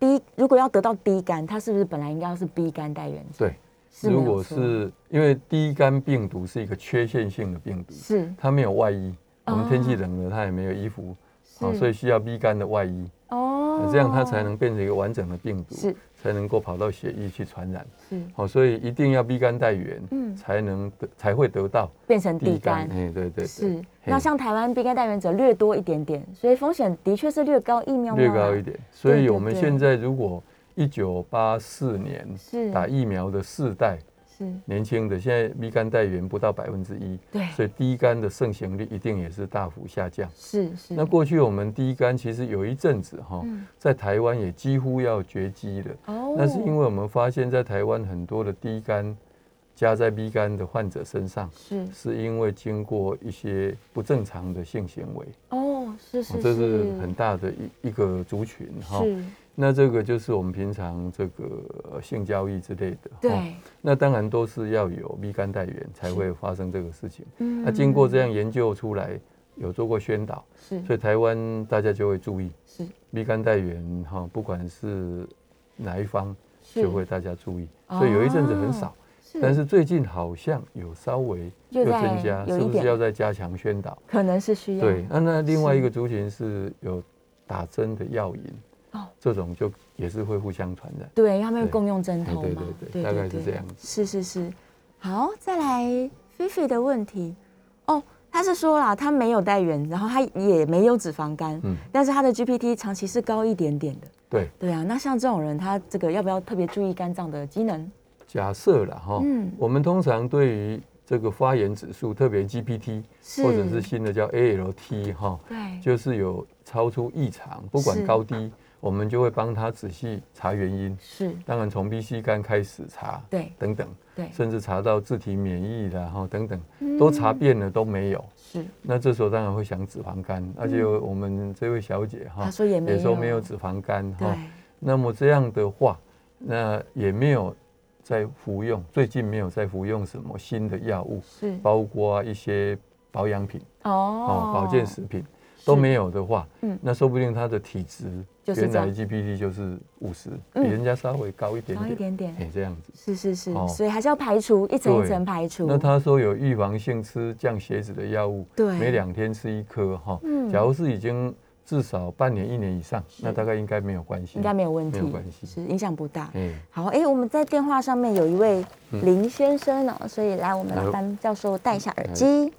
Speaker 2: 低，如果要得到低肝，它是不是本来应该要是 B 肝带原者？
Speaker 3: 对，
Speaker 2: 是没有
Speaker 3: 如果
Speaker 2: 错
Speaker 3: 是因为第一肝病毒是一个缺陷性的病毒，
Speaker 2: 是
Speaker 3: 它没有外衣，我
Speaker 2: 哦
Speaker 3: 们天气冷了，它也没有衣服，好，
Speaker 2: 是
Speaker 3: 所以需要 B 肝的外衣，
Speaker 2: 哦，
Speaker 3: 这样它才能变成一个完整的病毒，
Speaker 2: 是
Speaker 3: 才能够跑到血液去传染。
Speaker 2: 是
Speaker 3: 好、所以一定要逼肝带源，
Speaker 2: 嗯
Speaker 3: 才能得才会得到
Speaker 2: 变成地
Speaker 3: 肝。
Speaker 2: 肝。
Speaker 3: 哎，对对对，
Speaker 2: 是
Speaker 3: 嘿，
Speaker 2: 那像台湾 B 肝带原者略多一点点，所以风险的确是略高一喵喵。
Speaker 3: 略高一
Speaker 2: 点，
Speaker 3: 点。所
Speaker 2: 对
Speaker 3: 以
Speaker 2: 对
Speaker 3: 我们
Speaker 2: 对
Speaker 3: 现在如果一九八四年
Speaker 2: 是
Speaker 3: 打疫苗的世代
Speaker 2: 是，
Speaker 3: 年轻的，现在逼肝带源不到百分之一，
Speaker 2: 对，
Speaker 3: 所以低肝的盛行率一定也是大幅下降。
Speaker 2: 哎是是。
Speaker 3: 那过去我们低肝其实有一阵子哈、
Speaker 2: 嗯
Speaker 3: 在台湾也几乎要绝迹了。
Speaker 2: 哦
Speaker 3: 那是因
Speaker 2: 为
Speaker 3: 为我们发现，在台湾很多的低肝加在 B 肝的患者身上，
Speaker 2: 是
Speaker 3: 是因为经过一些不正常的性行为，
Speaker 2: 哦，是
Speaker 3: 哦
Speaker 2: 是，
Speaker 3: 这是很大的一一个族群哈。
Speaker 2: 是，
Speaker 3: 那这个就是我们平常这个呃性交易之类的，哦
Speaker 2: 对，
Speaker 3: 那当然都是要有 B 肝带源才会发生这个事情。
Speaker 2: 嗯
Speaker 3: 那经过这样研究出来，有做过宣导，
Speaker 2: 是
Speaker 3: 所以台湾大家就会注意
Speaker 2: 是
Speaker 3: B 肝带源哈，不管是哪一方，就会大家注意。所以有一阵子很少，但是最近好像有稍微
Speaker 2: 哦又
Speaker 3: 又
Speaker 2: 在
Speaker 3: 增加，
Speaker 2: 有一
Speaker 3: 是不
Speaker 2: 点
Speaker 3: 是要再加强宣导？
Speaker 2: 可能是需要。
Speaker 3: 对，那那另外一个族群是有打针的药引，
Speaker 2: 哦
Speaker 3: 这种就也是会互相传染。
Speaker 2: 对，他们
Speaker 3: 对
Speaker 2: 共用针头
Speaker 3: 对
Speaker 2: 嘛
Speaker 3: 对，对大概是这样子
Speaker 2: 是是是，好，再来菲菲的问题哦，他是说啦，他没有带原，然后他也没有脂肪肝，
Speaker 3: 嗯
Speaker 2: 但是他的 GPT 长期是高一点点的。
Speaker 3: 对，
Speaker 2: 对啊，那像这种人，他这个要不要特别注意肝脏的机能？
Speaker 3: 假设了哈，
Speaker 2: 嗯
Speaker 3: 我们通常对于这个发炎指数，特别 GPT
Speaker 2: 是
Speaker 3: 或者是新的叫 ALT 哈，
Speaker 2: 对，
Speaker 3: 就是有超出异常，不
Speaker 2: 是
Speaker 3: 管高低，我们就会帮他仔细查原因。
Speaker 2: 是，
Speaker 3: 当然从 B C 肝开始查，
Speaker 2: 对
Speaker 3: 等等，
Speaker 2: 对，
Speaker 3: 甚至查到自体免疫啦，然后等等，
Speaker 2: 嗯
Speaker 3: 都查遍了都没有。
Speaker 2: 是，
Speaker 3: 那这时候当然会想脂肪肝，而且我们这位小姐哈，
Speaker 2: 她说也没有
Speaker 3: 说没有脂肪肝
Speaker 2: 对
Speaker 3: 哈。，那么这样的话，那也没有在服用，最近没有在服用什么新的药物，
Speaker 2: 是，
Speaker 3: 包括一些保养品
Speaker 2: 哦
Speaker 3: 哦、保健食品都没有的话，
Speaker 2: 嗯
Speaker 3: 那说不定她的体质
Speaker 2: 就是
Speaker 3: 原
Speaker 2: 这
Speaker 3: 来
Speaker 2: 样
Speaker 3: GPT 就是五十，比
Speaker 2: 嗯
Speaker 3: 人家稍微高一点
Speaker 2: 高
Speaker 3: 点，
Speaker 2: 一点点
Speaker 3: 哎、这样子。
Speaker 2: 是是是，
Speaker 3: 哦
Speaker 2: 所以还是要排除一层一
Speaker 3: 对
Speaker 2: 层排除。
Speaker 3: 那他说有预防性吃降血脂的药物，
Speaker 2: 对
Speaker 3: 每两天吃一颗哈。
Speaker 2: 嗯
Speaker 3: 假如是已经至少半年一年以上，那大概应该没有关系，
Speaker 2: 应该没有问题，
Speaker 3: 没有关系。
Speaker 2: 是影响不大。
Speaker 3: 哎，
Speaker 2: 好，哎、我们在电话上面有一位林先生哦，所以来我们
Speaker 3: 嗯哎
Speaker 2: 老
Speaker 3: 呦哎
Speaker 2: 班教授戴一下耳机。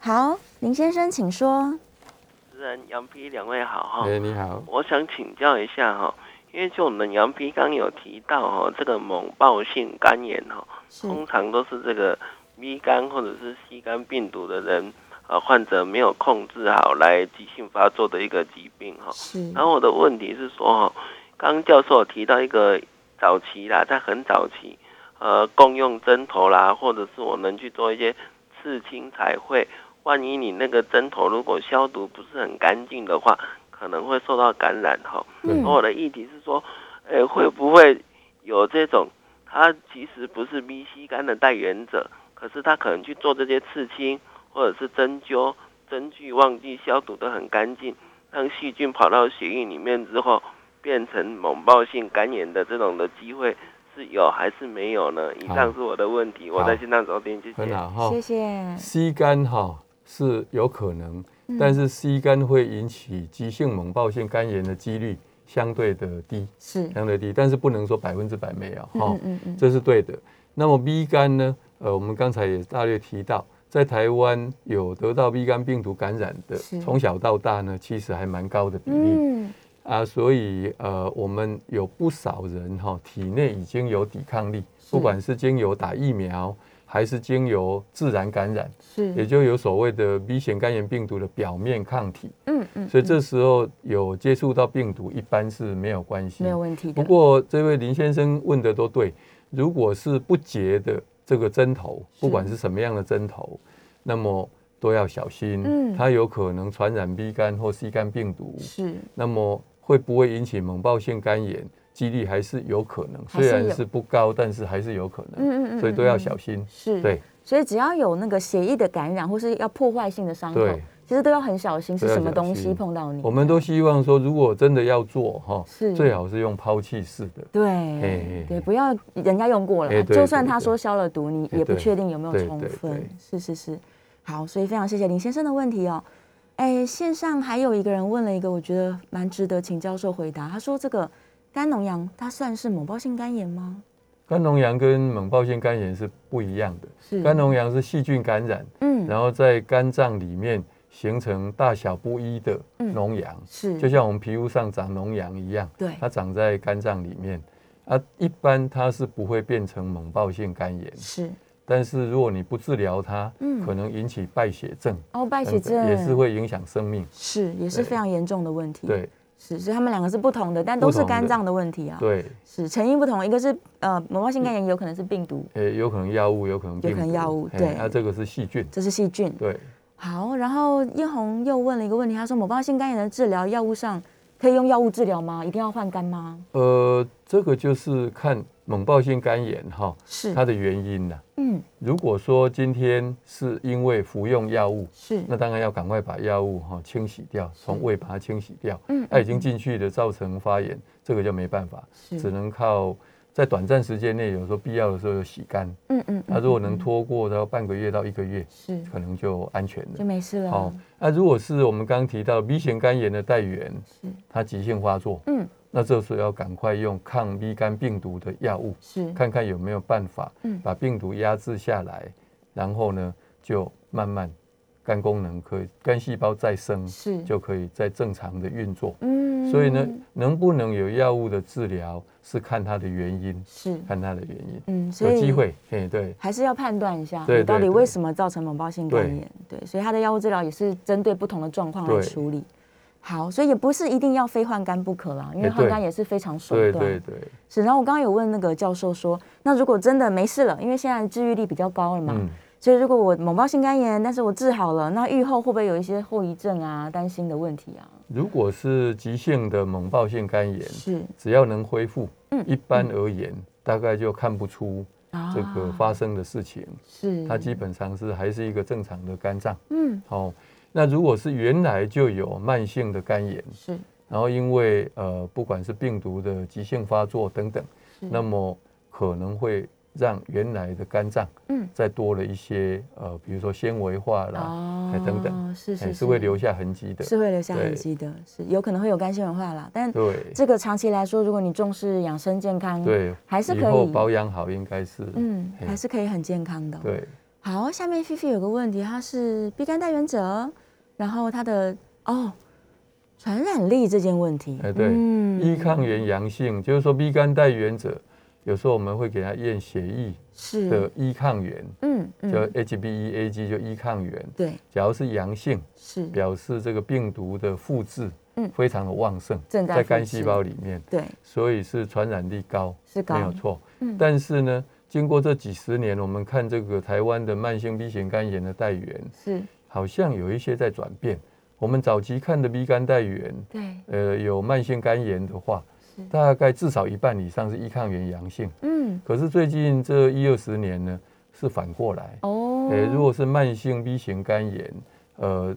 Speaker 2: 好，林先生，请说。
Speaker 4: 主持人杨皮两位好哈，
Speaker 3: 哎，你好，
Speaker 4: 我想请教一下哈，因为就我们杨皮刚有提到哈，这个猛暴性肝炎哈，
Speaker 2: 是
Speaker 4: 通常都是这个 B 肝或者是 C 肝病毒的人呃患者没有控制好来急性发作的一个疾病哈。
Speaker 2: 是
Speaker 4: 然后我的问题是说哈，刚教授有提到一个早期啦，在很早期，呃，共用针头啦，或者是我们去做一些刺青彩绘，万一你那个针头如果消毒不是很干净的话，可能会受到感染哈。
Speaker 3: 对
Speaker 4: 然
Speaker 2: 嗯
Speaker 4: 后我的议题是说，呃，会不会有这种，他其实不是 B C 肝的代言者，可是他可能去做这些刺青或者是针灸，针具忘记消毒的很干净，让细菌跑到血液里面之后，变成猛暴性肝炎的这种的机会是有还是没有呢？以上
Speaker 3: 好
Speaker 4: 是我的问题，我
Speaker 3: 好
Speaker 4: 在现场收听，谢谢
Speaker 3: 很。好哈
Speaker 2: 谢。谢。
Speaker 3: C 肝哈是有可能，
Speaker 2: 嗯
Speaker 3: 但是 C 肝会引起急性猛暴性肝炎的几率相对的低，
Speaker 2: 是，
Speaker 3: 相对低，但是不能说百分之百没有哈。
Speaker 2: 嗯嗯嗯，
Speaker 3: 哎这是对的。那么 B 肝呢？呃，我们刚才也大略提到，在台湾有得到 B 肝病毒感染的
Speaker 2: 是，
Speaker 3: 从小到大呢，其实还蛮高的比例、
Speaker 2: 嗯，
Speaker 3: 啊。所以呃，我们有不少人哈、体内已经有抵抗力，不管是经由打疫苗，还是经由自然感染，也
Speaker 2: 是，
Speaker 3: 就有所谓的 B 型肝炎病毒的表面抗体。
Speaker 2: 嗯嗯，
Speaker 3: 所以这时候有接触到病毒，一般是没有关系，
Speaker 2: 没有问题的。
Speaker 3: 不过这位林先生问的都对，如果是不洁的这个针头，不管是什么样的针头，那么都要小心，
Speaker 2: 嗯
Speaker 3: 它有可能传染 B 肝或 C 肝病毒，
Speaker 2: 是
Speaker 3: 那么会不会引起猛暴性肝炎？几率还是有可能，
Speaker 2: 还是
Speaker 3: 虽
Speaker 2: 有
Speaker 3: 然是不高，但是还是有可能，
Speaker 2: 嗯嗯嗯嗯
Speaker 3: 所以都要小心。
Speaker 2: 是，
Speaker 3: 对，
Speaker 2: 所以只要有那个血液的感染或是要破坏性的伤口
Speaker 3: 对，
Speaker 2: 其实都要很小心是
Speaker 3: 都要
Speaker 2: 什么
Speaker 3: 小
Speaker 2: 东西
Speaker 3: 心
Speaker 2: 碰到你。
Speaker 3: 我们都希望说，如果真的要做哈
Speaker 2: 是，
Speaker 3: 最好是用抛弃式的，
Speaker 2: 对
Speaker 3: 哎
Speaker 2: 对，不要人家用过了，
Speaker 3: 哎对
Speaker 2: 就算
Speaker 3: 对
Speaker 2: 他
Speaker 3: 对
Speaker 2: 说消了毒，你
Speaker 3: 哎
Speaker 2: 也不
Speaker 3: 对
Speaker 2: 确定有没有
Speaker 3: 对
Speaker 2: 充
Speaker 3: 对
Speaker 2: 分
Speaker 3: 对。
Speaker 2: 是是是，好，所以非常谢谢林先生的问题哦。哎，线上还有一个人问了一个，我觉得蛮值得请教授回答。他说：“这个肝脓疡它算是某暴性肝炎吗
Speaker 3: 肝脓疡跟猛暴性肝炎是不一样的。
Speaker 2: 是
Speaker 3: 肝脓疡是细菌感染，？”
Speaker 2: 嗯，
Speaker 3: 然后在肝脏里面形成大小不一的
Speaker 2: 嗯
Speaker 3: 脓疡，
Speaker 2: 是，
Speaker 3: 就像我们皮肤上长脓疡一样，
Speaker 2: 对
Speaker 3: 它长在肝脏里面。啊，一般它是不会变成猛暴性肝炎，
Speaker 2: 是
Speaker 3: 但是如果你不治疗它，
Speaker 2: 嗯
Speaker 3: 可能引起败血症，
Speaker 2: 哦，败血
Speaker 3: 等等
Speaker 2: 症
Speaker 3: 呃也是会影响生命。
Speaker 2: 是也是
Speaker 3: 对
Speaker 2: 非常严重的问题。，
Speaker 3: 对
Speaker 2: 是，所以他们两个是不同的，但都
Speaker 3: 不
Speaker 2: 是
Speaker 3: 同
Speaker 2: 肝
Speaker 3: 的
Speaker 2: 脏的问题啊。，
Speaker 3: 对，嗯
Speaker 2: 是成因不同，一个是呃某暴性肝炎，有可能是病毒，
Speaker 3: 呃，有可能药物，有可能病
Speaker 2: 有可能
Speaker 3: 毒
Speaker 2: 药物
Speaker 3: 嘿
Speaker 2: 对
Speaker 3: 啊，这个是细菌，
Speaker 2: 这是细菌。
Speaker 3: 对，
Speaker 2: 好，然后叶红又问了一个问题，他说某暴性肝炎的治疗药物上可以用药物治疗吗？一定要换肝吗？
Speaker 3: 呃，这个就是看猛暴性肝炎哈，
Speaker 2: 是
Speaker 3: 它的原因呐、
Speaker 2: 嗯，
Speaker 3: 如果说今天是因为服用药物，
Speaker 2: 是
Speaker 3: 那当然要赶快把药物哈、清洗掉，从胃把它清洗掉。
Speaker 2: 嗯
Speaker 3: 它已经进去的造成发炎，这个就没办法，
Speaker 2: 是
Speaker 3: 只能靠在短暂时间内，有时候必要的时候有洗干。
Speaker 2: 嗯嗯，
Speaker 3: 那如果能拖过到半个月到一个月，
Speaker 2: 是
Speaker 3: 可能就安全
Speaker 2: 就
Speaker 3: 了。
Speaker 2: 没事了。
Speaker 3: 好，那如果是我们刚刚提到 B 型肝炎的带源，
Speaker 2: 是
Speaker 3: 它急性发作，
Speaker 2: 嗯
Speaker 3: 那这时候要赶快用抗 B 肝病毒的药物，
Speaker 2: 是
Speaker 3: 看看有没有办法
Speaker 2: 嗯
Speaker 3: 把病毒压制下来，然后呢就慢慢肝功能可以肝细胞再生，
Speaker 2: 是
Speaker 3: 就可以再正常的运作。
Speaker 2: 嗯
Speaker 3: 所以呢，能不能有药物的治疗是看它的原因，
Speaker 2: 是
Speaker 3: 看它的原因。
Speaker 2: 嗯，所
Speaker 3: 有
Speaker 2: 以
Speaker 3: 机会，嘿，对，
Speaker 2: 还是要判断一下
Speaker 3: 对
Speaker 2: 你到底
Speaker 3: 对对
Speaker 2: 为什么造成脓包性肝炎。对，所以它的药物治疗也是针对不同的状况来
Speaker 3: 对
Speaker 2: 处理。好，所以也不是一定要非换肝不可啦，因为
Speaker 3: 哎
Speaker 2: 换
Speaker 3: 对
Speaker 2: 肝也是非常手
Speaker 3: 对
Speaker 2: 段。
Speaker 3: 对对，
Speaker 2: 是，然后我刚刚有问那个教授说，那如果真的没事了，因为现在治愈率比较高了嘛，
Speaker 3: 嗯，
Speaker 2: 所以如果我脓包性肝炎，但是我治好了，那愈后会不会有一些后遗症啊、担心的问题啊？
Speaker 3: 如果是急性的猛暴性肝炎，
Speaker 2: 是
Speaker 3: 只要能恢复，
Speaker 2: 嗯
Speaker 3: 一般而言大概就看不出
Speaker 2: 啊
Speaker 3: 这个发生的事情，
Speaker 2: 是
Speaker 3: 它基本上是还是一个正常的肝脏。
Speaker 2: 嗯
Speaker 3: 哦，那如果是原来就有慢性的肝炎，
Speaker 2: 是
Speaker 3: 然后因为呃不管是病毒的急性发作等等，
Speaker 2: 嗯
Speaker 3: 那么可能会让原来的肝脏
Speaker 2: 嗯
Speaker 3: 再多了一些呃，比如说纤维化啦，
Speaker 2: 哦
Speaker 3: 哎等等，
Speaker 2: 是
Speaker 3: 哎
Speaker 2: 是
Speaker 3: 是会留下痕迹的。
Speaker 2: 是会留下痕
Speaker 3: 对
Speaker 2: 迹的，是有可能会有肝纤维化啦，但
Speaker 3: 对
Speaker 2: 这个长期来说，如果你重视养生健康，，
Speaker 3: 对，
Speaker 2: 还是可以
Speaker 3: 以后保养好应该是
Speaker 2: 嗯，
Speaker 3: 嘿
Speaker 2: 还是可以很健康的、。
Speaker 3: 对
Speaker 2: 好，下面菲菲有个问题，她是 B 肝带原者，然后她的哦传染力这件问题，
Speaker 3: 哎对
Speaker 2: 嗯
Speaker 3: 一抗原阳性，就是说 B 肝带原者，有时候我们会给他验血液的
Speaker 2: 是，
Speaker 3: 一抗原，
Speaker 2: 嗯
Speaker 3: 就
Speaker 2: 嗯，
Speaker 3: HBeAg 就一抗原，
Speaker 2: 对，
Speaker 3: 假如是阳性，
Speaker 2: 是，
Speaker 3: 表示这个病毒的复制
Speaker 2: 嗯
Speaker 3: 非常的旺盛，
Speaker 2: 正在
Speaker 3: 在
Speaker 2: 复
Speaker 3: 肝
Speaker 2: 制
Speaker 3: 细胞里面，
Speaker 2: 对，
Speaker 3: 所以是传染力高，
Speaker 2: 是高
Speaker 3: 没有错。
Speaker 2: 嗯
Speaker 3: 但是呢，经过这几十年，我们看这个台湾的慢性 B 型肝炎的带源，
Speaker 2: 是，
Speaker 3: 好像有一些在转变。我们早期看的 B 肝带源，
Speaker 2: 对，
Speaker 3: 呃，有慢性肝炎的话
Speaker 2: 是，
Speaker 3: 大概至少一半以上是一抗原阳性。
Speaker 2: 嗯，
Speaker 3: 可是最近这一二十年呢，是反过来，
Speaker 2: 哦，
Speaker 3: 呃，如果是慢性 B 型肝炎，呃，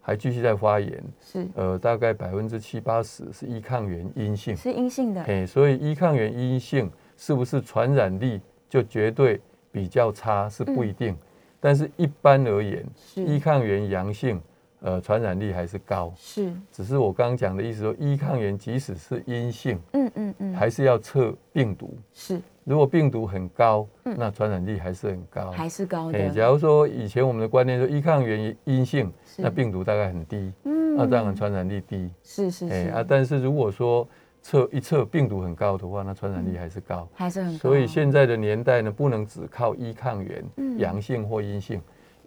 Speaker 3: 还继续在发炎，
Speaker 2: 是
Speaker 3: 呃，大概百分之七八十是一抗原阴性，
Speaker 2: 是阴性的，
Speaker 3: 哎、所以一抗原阴性是不是传染力就绝对比较差是
Speaker 2: 嗯
Speaker 3: 不一定，但是一般而言，一
Speaker 2: 是
Speaker 3: 抗原阳性，呃，传染力还是高。
Speaker 2: 是，
Speaker 3: 只是我刚刚讲的意思说，一抗原即使是阴性，
Speaker 2: 嗯嗯嗯，
Speaker 3: 还是要测病毒。
Speaker 2: 是
Speaker 3: 如果病毒很高，
Speaker 2: 嗯
Speaker 3: 那传染力还是很高。
Speaker 2: 还是高
Speaker 3: 哎，
Speaker 2: 的，
Speaker 3: 假如说以前我们的观念说一抗原阴性，
Speaker 2: 是
Speaker 3: 那病毒大概很低，
Speaker 2: 嗯
Speaker 3: 那当然传染力低。
Speaker 2: 是是
Speaker 3: 哎啊，
Speaker 2: 是，
Speaker 3: 但是如果说测一测病毒很高的话，那传染力还是高。
Speaker 2: 还是嗯很高，
Speaker 3: 所以现在的年代呢，不能只靠一抗原
Speaker 2: 嗯
Speaker 3: 阳性或阴性，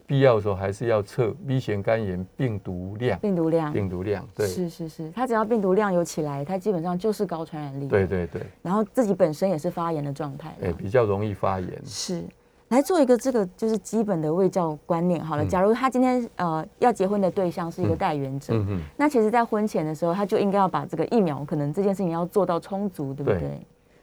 Speaker 3: 必要的时候还是要测 B 型肝炎病毒量。
Speaker 2: 病毒量。
Speaker 3: 病毒量，对，
Speaker 2: 是是是，它只要病毒量有起来，它基本上就是高传染力。
Speaker 3: 对，对对，
Speaker 2: 然后自己本身也是发炎的状态嘛。
Speaker 3: 哎，比较容易发炎。
Speaker 2: 是，来做一个这个就是基本的卫教观念好了。
Speaker 3: 嗯
Speaker 2: 假如他今天呃要结婚的对象是一个代言者，
Speaker 3: 嗯哼，
Speaker 2: 那其实，在婚前的时候，他就应该要把这个疫苗，可能这件事情要做到充足，对不对？
Speaker 3: 对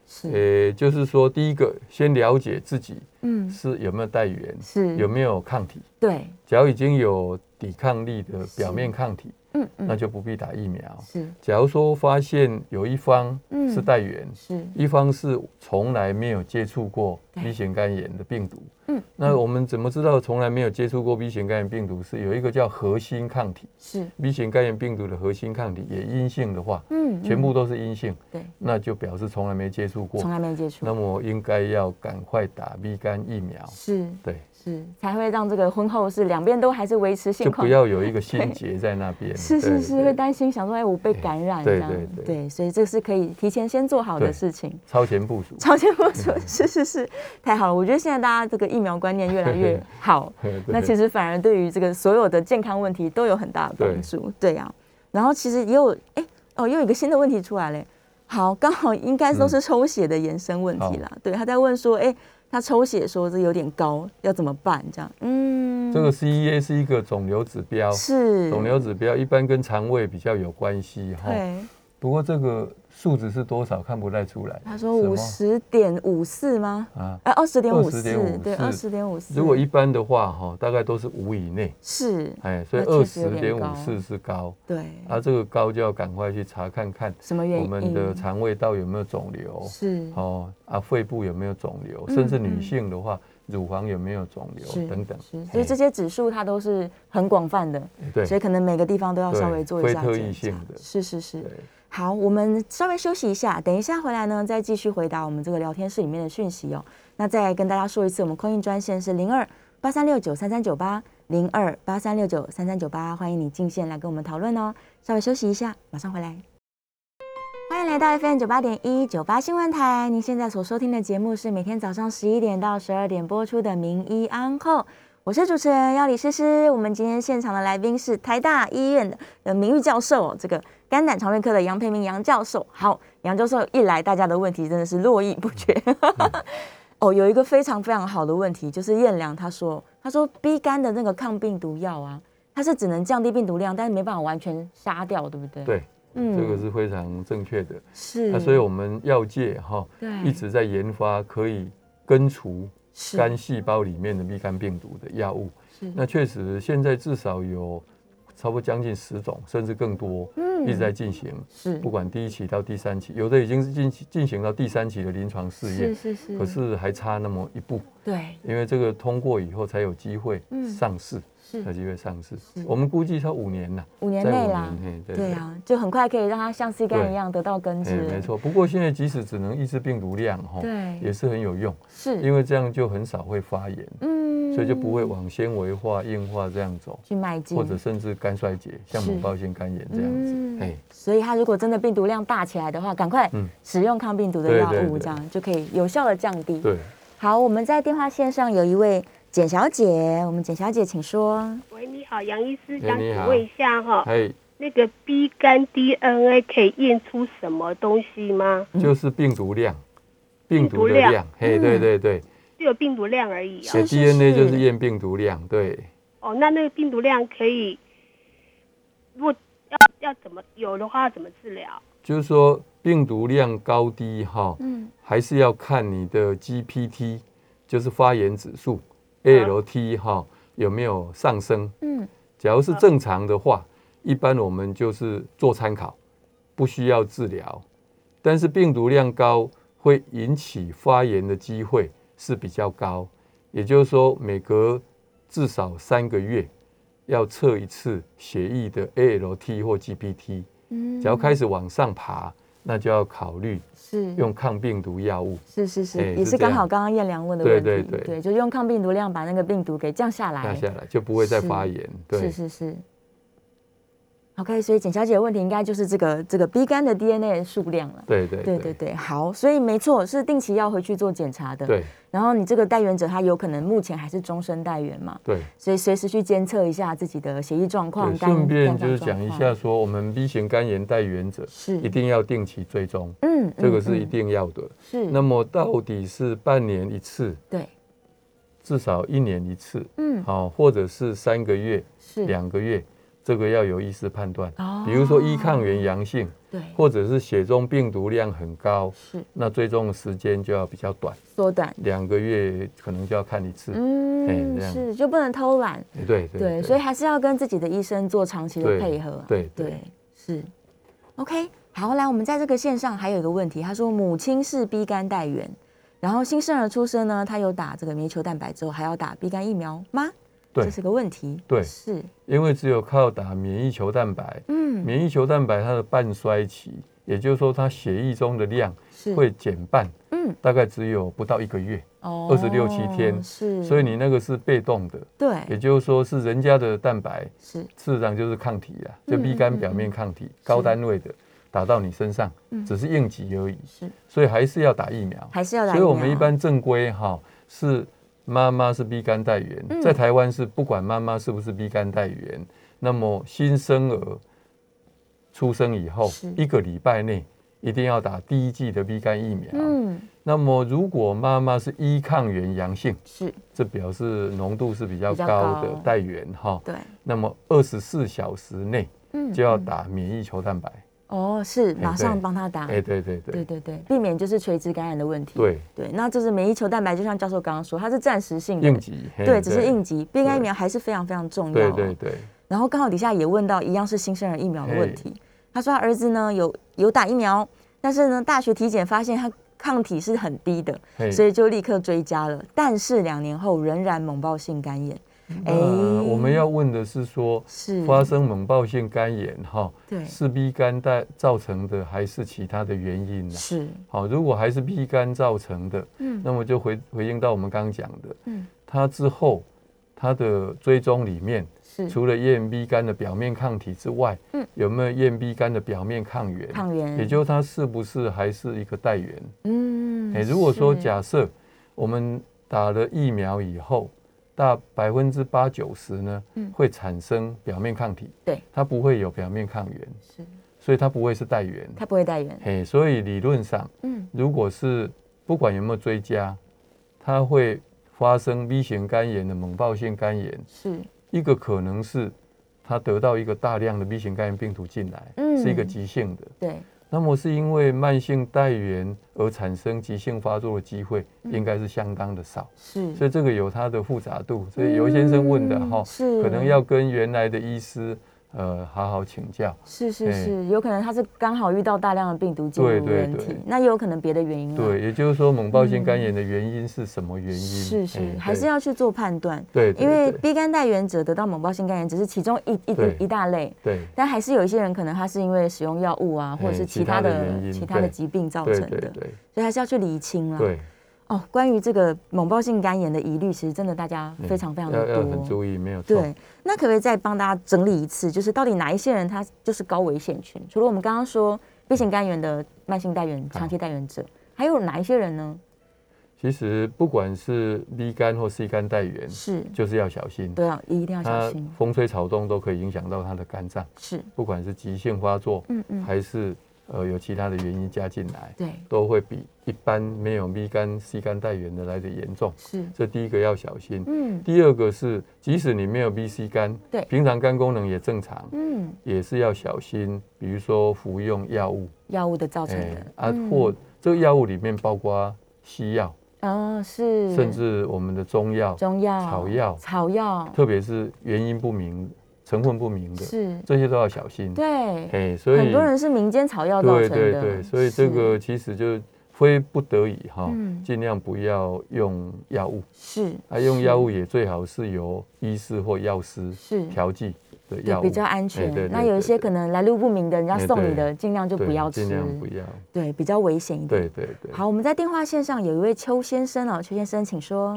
Speaker 2: 是，
Speaker 3: 呃，就是说，第一个先了解自己
Speaker 2: 嗯，
Speaker 3: 是有没有带源，
Speaker 2: 是，
Speaker 3: 有没有抗体。
Speaker 2: 对，
Speaker 3: 只要已经有抵抗力的表面抗体，
Speaker 2: 嗯嗯，
Speaker 3: 那就不必打疫苗。
Speaker 2: 是
Speaker 3: 假如说发现有一方
Speaker 2: 嗯
Speaker 3: 是带源，
Speaker 2: 是
Speaker 3: 一方是从来没有接触过
Speaker 2: 对
Speaker 3: B 型肝炎的病毒，
Speaker 2: 嗯，
Speaker 3: 那我们怎么知道从来没有接触过 B 型肝炎病毒？是有一个叫核心抗体
Speaker 2: 是，
Speaker 3: ，B 型肝炎病毒的核心抗体也阴性的话，
Speaker 2: 嗯，
Speaker 3: 全
Speaker 2: 嗯
Speaker 3: 部都是阴性，
Speaker 2: 对，
Speaker 3: 那就表示从来没接触
Speaker 2: 从
Speaker 3: 过，
Speaker 2: 来没接触
Speaker 3: 那，么应该要赶快打 B 肝疫苗，
Speaker 2: 是
Speaker 3: 对，
Speaker 2: 是，才会让这个婚后是两边都还是维持现
Speaker 3: 就
Speaker 2: 况
Speaker 3: 不。要有一 个心结在那边，
Speaker 2: 是
Speaker 3: 对
Speaker 2: 是是，
Speaker 3: 对
Speaker 2: 会担心想说，哎，我被感染这
Speaker 3: 对
Speaker 2: 样，
Speaker 3: 对对
Speaker 2: 所以这是可以提前先做好的
Speaker 3: 对
Speaker 2: 事情。
Speaker 3: 超前部 署。
Speaker 2: 超前部署，
Speaker 3: 嗯
Speaker 2: 是是是，太好了！我觉得现在大家这个疫苗观念越来越好，那其
Speaker 3: 实
Speaker 2: 实反而对于这个所有的健康问题都有很大的帮助，对啊。然后其实也有，哎、哦，又有一个新的问题出来嘞。好，刚好应该都是
Speaker 3: 嗯
Speaker 2: 抽血的延伸问题啦。对，他在问说，哎、他抽血说这有点高，要怎么办？这样，嗯，
Speaker 3: 这个 CEA 是一个肿瘤指标，
Speaker 2: 是
Speaker 3: 肿瘤指标一般跟肠胃比较有关系哈。
Speaker 2: 对，
Speaker 3: 不过这个数值是多少看不太出来。
Speaker 2: 他说
Speaker 3: 什么
Speaker 2: 五十点五四吗？
Speaker 3: 啊，
Speaker 2: 哎，二十点五四，
Speaker 3: 20.54
Speaker 2: 对，二十点五四。
Speaker 3: 如果一般的话哈、大概都是五以内，
Speaker 2: 是，
Speaker 3: 哎，所以
Speaker 2: 那
Speaker 3: 二
Speaker 2: 确实有
Speaker 3: 十
Speaker 2: 点
Speaker 3: 点
Speaker 2: 高
Speaker 3: 五四是高，
Speaker 2: 对，
Speaker 3: 啊，这个高就要赶快去查看看
Speaker 2: 什么原因？嗯
Speaker 3: 我们的肠胃道有没有肿瘤，
Speaker 2: 是
Speaker 3: 哦啊，肺部有没有肿瘤，
Speaker 2: 嗯
Speaker 3: 甚至
Speaker 2: 嗯
Speaker 3: 女性的话，乳房有没有肿瘤
Speaker 2: 是
Speaker 3: 等等
Speaker 2: 是，，所
Speaker 3: 嘿
Speaker 2: 以这些指数它都是很广泛的，
Speaker 3: 对
Speaker 2: 所以可能每个地方都要稍微做一下
Speaker 3: 对非特
Speaker 2: 检
Speaker 3: 异性
Speaker 2: 查
Speaker 3: 的
Speaker 2: 是是是
Speaker 3: 对。
Speaker 2: 好，我们稍微休息一下，等一下回来呢，再继续回答我们这个聊天室里面的讯息哦。那再跟大家说一次，我们空运专线是零二八三六九三三九八零二八三六九三三九八，欢迎你进线来跟我们讨论哦。稍微休息一下，马上回来。欢迎来到 FM 九八点一九八新闻台，您现在所收听的节目是每天早上十一点到十二点播出的《名医安后》，我是主持人要李诗诗。我们今天现场的来宾是台大医院的的名誉教授哦，这个肝胆肠胃科的杨培明杨教授。好，杨教授一来，大家的问题真的是络绎不 绝。哦，有一个非常非常好的问题，就是燕良他说，他说 B 肝的那个抗病毒药啊，它是只能降低病毒量，但是没办法完全杀掉，对不对？，
Speaker 3: 对，
Speaker 2: 嗯
Speaker 3: 这个是非常正确的。
Speaker 2: 是。
Speaker 3: 那所以我们药界哈
Speaker 2: 对，
Speaker 3: 一直在研发可以根除
Speaker 2: 是
Speaker 3: 肝细胞里面的乙肝病毒的药物。
Speaker 2: 是
Speaker 3: 那确实现在至少有差不多将近十种，甚至更多，
Speaker 2: 嗯
Speaker 3: 一直在进行。
Speaker 2: 是
Speaker 3: 不管第一期到第三期，有的已经是进进行到第三期的临床试
Speaker 2: 是
Speaker 3: 验，
Speaker 2: 是是，
Speaker 3: 可是还差那么一步，
Speaker 2: 对
Speaker 3: 因为这个通过以后才有机会
Speaker 2: 嗯
Speaker 3: 上市，才有
Speaker 2: 是
Speaker 3: 机会上市。我们估计它五年呐，
Speaker 2: 五年
Speaker 3: 在
Speaker 2: 内
Speaker 3: 五
Speaker 2: 啦，
Speaker 3: 年嘿
Speaker 2: 对。啊，就很快可以让它像 C 肝
Speaker 3: 对
Speaker 2: 一样得到根治
Speaker 3: 哎，，没，错。不过现在即使只能抑制病毒量，哈，
Speaker 2: 对
Speaker 3: 也是很有用，
Speaker 2: 是，
Speaker 3: 因为这样就很少会发炎，
Speaker 2: 嗯，
Speaker 3: 所以就不会往纤维化、硬化这样走，
Speaker 2: 去迈进，
Speaker 3: 或者甚至肝衰竭，像
Speaker 2: 是
Speaker 3: 母胞性肝炎这样
Speaker 2: 嗯
Speaker 3: 子。哎，
Speaker 2: 所以它如果真的病毒量大起来的话，赶快
Speaker 3: 嗯
Speaker 2: 使用抗病毒的
Speaker 3: 对
Speaker 2: 药
Speaker 3: 对
Speaker 2: 物，
Speaker 3: 对
Speaker 2: 这样就可以有效的降低。
Speaker 3: 对，
Speaker 2: 好，我们在电话线上有一位简小姐，我们简小姐请说。
Speaker 5: 喂，你好，杨医师，
Speaker 3: 哎
Speaker 5: 想
Speaker 3: 你
Speaker 5: 请
Speaker 3: 好
Speaker 5: 问一下哈，
Speaker 3: 哎，
Speaker 5: 那个 B 肝 DNA 可以验出什么东西吗？
Speaker 2: 嗯
Speaker 3: 就是病毒量，病
Speaker 5: 病
Speaker 3: 毒
Speaker 5: 毒
Speaker 3: 的
Speaker 5: 量
Speaker 3: 量，嘿，对对对，
Speaker 5: 只有病毒量而已哦。
Speaker 2: 是
Speaker 3: 对
Speaker 2: 是
Speaker 3: DNA 就是是验病毒量，对。
Speaker 5: 哦，那那个病毒量可以，如果要要怎么有的话，要怎么治疗？
Speaker 3: 就是说病毒量高低哈，
Speaker 2: 嗯
Speaker 3: 还是要看你的 GPT，就是发炎指数 ALT 哈有没有上升。
Speaker 2: 嗯，
Speaker 3: 假如是正常的话，一般我们就是做参考，不需要治疗。但是病毒量高会引起发炎的机会是比较高，也就是说每隔至少三个月要测一次血液的 ALT 或 GPT。只
Speaker 2: 嗯
Speaker 3: 要开始往上爬，那就要考虑
Speaker 2: 是
Speaker 3: 用抗病毒药物。
Speaker 2: 是是是，
Speaker 3: 哎
Speaker 2: 也
Speaker 3: 是
Speaker 2: 是
Speaker 3: 这
Speaker 2: 刚
Speaker 3: 样
Speaker 2: 好刚刚燕良问的
Speaker 3: 对
Speaker 2: 问题，
Speaker 3: 对对
Speaker 2: 就用抗病毒量把那个病毒给降下
Speaker 3: 那
Speaker 2: 来。
Speaker 3: 下来就不会再发炎。
Speaker 2: 是
Speaker 3: 对，
Speaker 2: 是是。OK，所以简小姐的问题应该就是这个这个 B 肝的 DNA 的数量了。
Speaker 3: 对对
Speaker 2: 对对对，好，所以没错，是定期要回去做检查的。
Speaker 3: 对
Speaker 2: 然后你这个代源者他有可能目前还是终身代源嘛，
Speaker 3: 对
Speaker 2: 所以随时去监测一下自己的血液状况
Speaker 3: 对，。
Speaker 2: 肝
Speaker 3: 顺便
Speaker 2: 肝
Speaker 3: 就
Speaker 2: 脏
Speaker 3: 是
Speaker 2: 状
Speaker 3: 讲一
Speaker 2: 况
Speaker 3: 下，说我们 B 型肝炎带原者
Speaker 2: 是
Speaker 3: 一定要定期追踪，
Speaker 2: 嗯，嗯
Speaker 3: 这个是
Speaker 2: 嗯
Speaker 3: 一定要的。
Speaker 2: 是
Speaker 3: 那么到底是半年一次，
Speaker 2: 对，
Speaker 3: 至少一年一次，
Speaker 2: 嗯
Speaker 3: 好，或者是三个月、
Speaker 2: 是
Speaker 3: 两个月，这个要有医师判断
Speaker 2: 哦。
Speaker 3: 比如说一抗原阳性，
Speaker 2: 对
Speaker 3: 或者是血中病毒量很高，
Speaker 2: 是
Speaker 3: 那追踪的时间就要比较短。
Speaker 2: 缩短，
Speaker 3: 两个月可能就要看一次。
Speaker 2: 嗯
Speaker 3: 哎这样
Speaker 2: 是就不能偷懒，
Speaker 3: 哎对对
Speaker 2: 对，所以还是要跟自己的医生做长期的
Speaker 3: 对
Speaker 2: 配合啊。
Speaker 3: 对对
Speaker 2: 对是，OK，好，来我们在这个线上还有一个问题，他说母亲是 B 肝带源，然后新生儿出生呢，他有打这个棉球蛋白之后还要打 B 肝疫苗吗？
Speaker 3: 对
Speaker 2: 这是个问题。
Speaker 3: 对
Speaker 2: 是，
Speaker 3: 因为只有靠打免疫球蛋白，
Speaker 2: 嗯，
Speaker 3: 免疫球蛋白它的半衰期，也就是说它血液中的量
Speaker 2: 是
Speaker 3: 会减半，
Speaker 2: 嗯，
Speaker 3: 大概只有不到一个月，
Speaker 2: 哦
Speaker 3: 26七天
Speaker 2: 是，
Speaker 3: 所以你那个是被动的，也
Speaker 2: 对
Speaker 3: 就是说是人家的蛋白，
Speaker 2: 是
Speaker 3: 事实上就是抗体啊，就
Speaker 2: 嗯嗯
Speaker 3: B 肝表面抗体高单位的打到你身上，只是应急而已，
Speaker 2: 嗯是，
Speaker 3: 所以还是要打疫苗。
Speaker 2: 还是要来。
Speaker 3: 所以我们一般正规哈是妈妈是 B 肝带源，
Speaker 2: 嗯
Speaker 3: 在台湾是不管妈妈是不是 B 肝带源，那么新生儿出生以后
Speaker 2: 是
Speaker 3: 一个礼拜内一定要打第一剂的 B 肝疫苗。
Speaker 2: 嗯
Speaker 3: 那么如果妈妈是一抗原阳性，
Speaker 2: 是
Speaker 3: 这表示浓度是比较
Speaker 2: 比较
Speaker 3: 高的
Speaker 2: 高
Speaker 3: 带源哈，
Speaker 2: 对
Speaker 3: 那么二十四小时内
Speaker 2: 嗯
Speaker 3: 就要打免疫球蛋白。
Speaker 2: 哦，是马上帮他打，
Speaker 3: 哎、对对
Speaker 2: 嗯
Speaker 3: 对
Speaker 2: 对对对，避免就是垂直感染的问题。
Speaker 3: 对
Speaker 2: 对，那就是免疫球蛋白，就像教授刚刚说，它是暂时性的，
Speaker 3: 应急，嘿
Speaker 2: 对，只是应急。B 哦肝疫苗还是非常非常重要、啊
Speaker 3: 对对。对，
Speaker 2: 然后刚好底下也问到一样是新生儿疫苗的问题，他说他儿子呢有有打疫苗，但是呢大学体检发现他抗体是很低的，
Speaker 3: 嘿
Speaker 2: 所以就立刻追加了，但是两年后仍然猛爆性肝炎。哎、
Speaker 3: 呃，我们要问的是说，
Speaker 2: 是
Speaker 3: 发生猛暴性肝炎哈，
Speaker 2: 对
Speaker 3: 是 B 肝带造成的还是其他的原因呢、
Speaker 2: 是
Speaker 3: 好，如果还是 B 肝造成的，
Speaker 2: 嗯
Speaker 3: 那么就回回应到我们刚刚讲的，
Speaker 2: 嗯，
Speaker 3: 它之后它的追踪里面，
Speaker 2: 是
Speaker 3: 除了验 B 肝的表面抗体之外，
Speaker 2: 嗯，
Speaker 3: 有没有验 B 肝的表面抗原？
Speaker 2: 抗原
Speaker 3: 也就是它是不是还是一个带源？
Speaker 2: 嗯
Speaker 3: 哎、如果说
Speaker 2: 是
Speaker 3: 假设我们打了疫苗以后，大百分之八九十呢、
Speaker 2: 嗯
Speaker 3: 会产生表面抗体，
Speaker 2: 对，
Speaker 3: 它不会有表面抗原，
Speaker 2: 是
Speaker 3: 所以它不会是带源。
Speaker 2: 他不会带源，
Speaker 3: 嘿、所以理论上，
Speaker 2: 嗯
Speaker 3: 如果是不管有没有追加，它会发生 B 型肝炎的猛暴性肝炎，
Speaker 2: 是
Speaker 3: 一个可能是它得到一个大量的 B 型肝炎病毒进来，
Speaker 2: 嗯
Speaker 3: 是一个急性的。
Speaker 2: 对
Speaker 3: 那么是因为慢性带源而产生急性发作的机会，
Speaker 2: 嗯
Speaker 3: 应该是相当的少，
Speaker 2: 是
Speaker 3: 所以这个有它的复杂度。所以尤先生问的哈，
Speaker 2: 嗯是
Speaker 3: 可能要跟原来的医师呃好好请教。
Speaker 2: 是是
Speaker 3: 哎
Speaker 2: 是，有可能他是刚好遇到大量的病毒进
Speaker 3: 对
Speaker 2: 入
Speaker 3: 对
Speaker 2: 人体
Speaker 3: 对，
Speaker 2: 那也有可能别的原因啊。
Speaker 3: 对，也就是说，猛暴性肝炎的原因是什么原
Speaker 2: 嗯
Speaker 3: 因？
Speaker 2: 是是
Speaker 3: 哎，
Speaker 2: 还是
Speaker 3: 对
Speaker 2: 要去做判断。
Speaker 3: 对对
Speaker 2: 因为
Speaker 3: 对
Speaker 2: B 肝带原者得到猛暴性肝炎只是其中一一
Speaker 3: 对
Speaker 2: 一大类，
Speaker 3: 对
Speaker 2: 但还是有一些人可能他是因为使用药物啊，或者是其
Speaker 3: 哎其
Speaker 2: 他
Speaker 3: 他的
Speaker 2: 的
Speaker 3: 原因
Speaker 2: 其他的
Speaker 3: 对
Speaker 2: 疾病造
Speaker 3: 对
Speaker 2: 成
Speaker 3: 对
Speaker 2: 的，
Speaker 3: 对
Speaker 2: 所以还是要去厘清啦。
Speaker 3: 对，
Speaker 2: 哦，关于这个猛暴性肝炎的疑虑，其实真的大家
Speaker 3: 嗯
Speaker 2: 非常非常
Speaker 3: 要
Speaker 2: 的
Speaker 3: 要很
Speaker 2: 多。
Speaker 3: 注意，没有错。
Speaker 2: 对，那可不可以再帮大家整理一次，就是到底哪一些人他就是高危险群？除了我们刚刚说 B 型肝炎的慢性带源、长期带源者，还有哪一些人呢？
Speaker 3: 其实不管是 B 肝或 C 肝带源，
Speaker 2: 是，
Speaker 3: 就是要小心。
Speaker 2: 都要一定要小
Speaker 3: 它
Speaker 2: 心。
Speaker 3: 风吹草动都可以影响到它的肝脏，
Speaker 2: 是，
Speaker 3: 不管是急性发作，
Speaker 2: 嗯嗯，
Speaker 3: 还是呃有其他的原因加进来，
Speaker 2: 对，
Speaker 3: 都会比一般没有 B 肝、C 肝带源的来的严重。
Speaker 2: 是，
Speaker 3: 这第一个要小心。
Speaker 2: 嗯
Speaker 3: 第二个是，即使你没有 B、C 肝，
Speaker 2: 对
Speaker 3: 平常肝功能也正常，
Speaker 2: 嗯，
Speaker 3: 也是要小心，比如说服用药物，
Speaker 2: 药物的造成
Speaker 3: 哎
Speaker 2: 的，
Speaker 3: 啊，或这个药物里面包括西药，
Speaker 2: 嗯，是，
Speaker 3: 哎甚至我们的中药，
Speaker 2: 中药、
Speaker 3: 草药
Speaker 2: 草药
Speaker 3: 特别是原因不明、成分不明的，
Speaker 2: 是，
Speaker 3: 这些都要小心。
Speaker 2: 对，
Speaker 3: 嘿，所以
Speaker 2: 很多人是民间草药造
Speaker 3: 对
Speaker 2: 哦成
Speaker 3: 对
Speaker 2: 的，
Speaker 3: 对，所以这
Speaker 2: 是
Speaker 3: 个其实就非不得已哈
Speaker 2: 嗯，
Speaker 3: 尽量不要用药物，
Speaker 2: 是
Speaker 3: 啊，用药物也最好是由医师或药师
Speaker 2: 是
Speaker 3: 调剂的
Speaker 2: 对
Speaker 3: 药物，
Speaker 2: 比较安全。那有一些可能来路不明的，人家
Speaker 3: 哎
Speaker 2: 送你
Speaker 3: 对
Speaker 2: 的，尽量就
Speaker 3: 能
Speaker 2: 不要吃
Speaker 3: 尽，量不要，
Speaker 2: 对，比较危险一点。
Speaker 3: 对对对。
Speaker 2: 好，我们在电话线上有一位邱先生哦，邱先生，请说。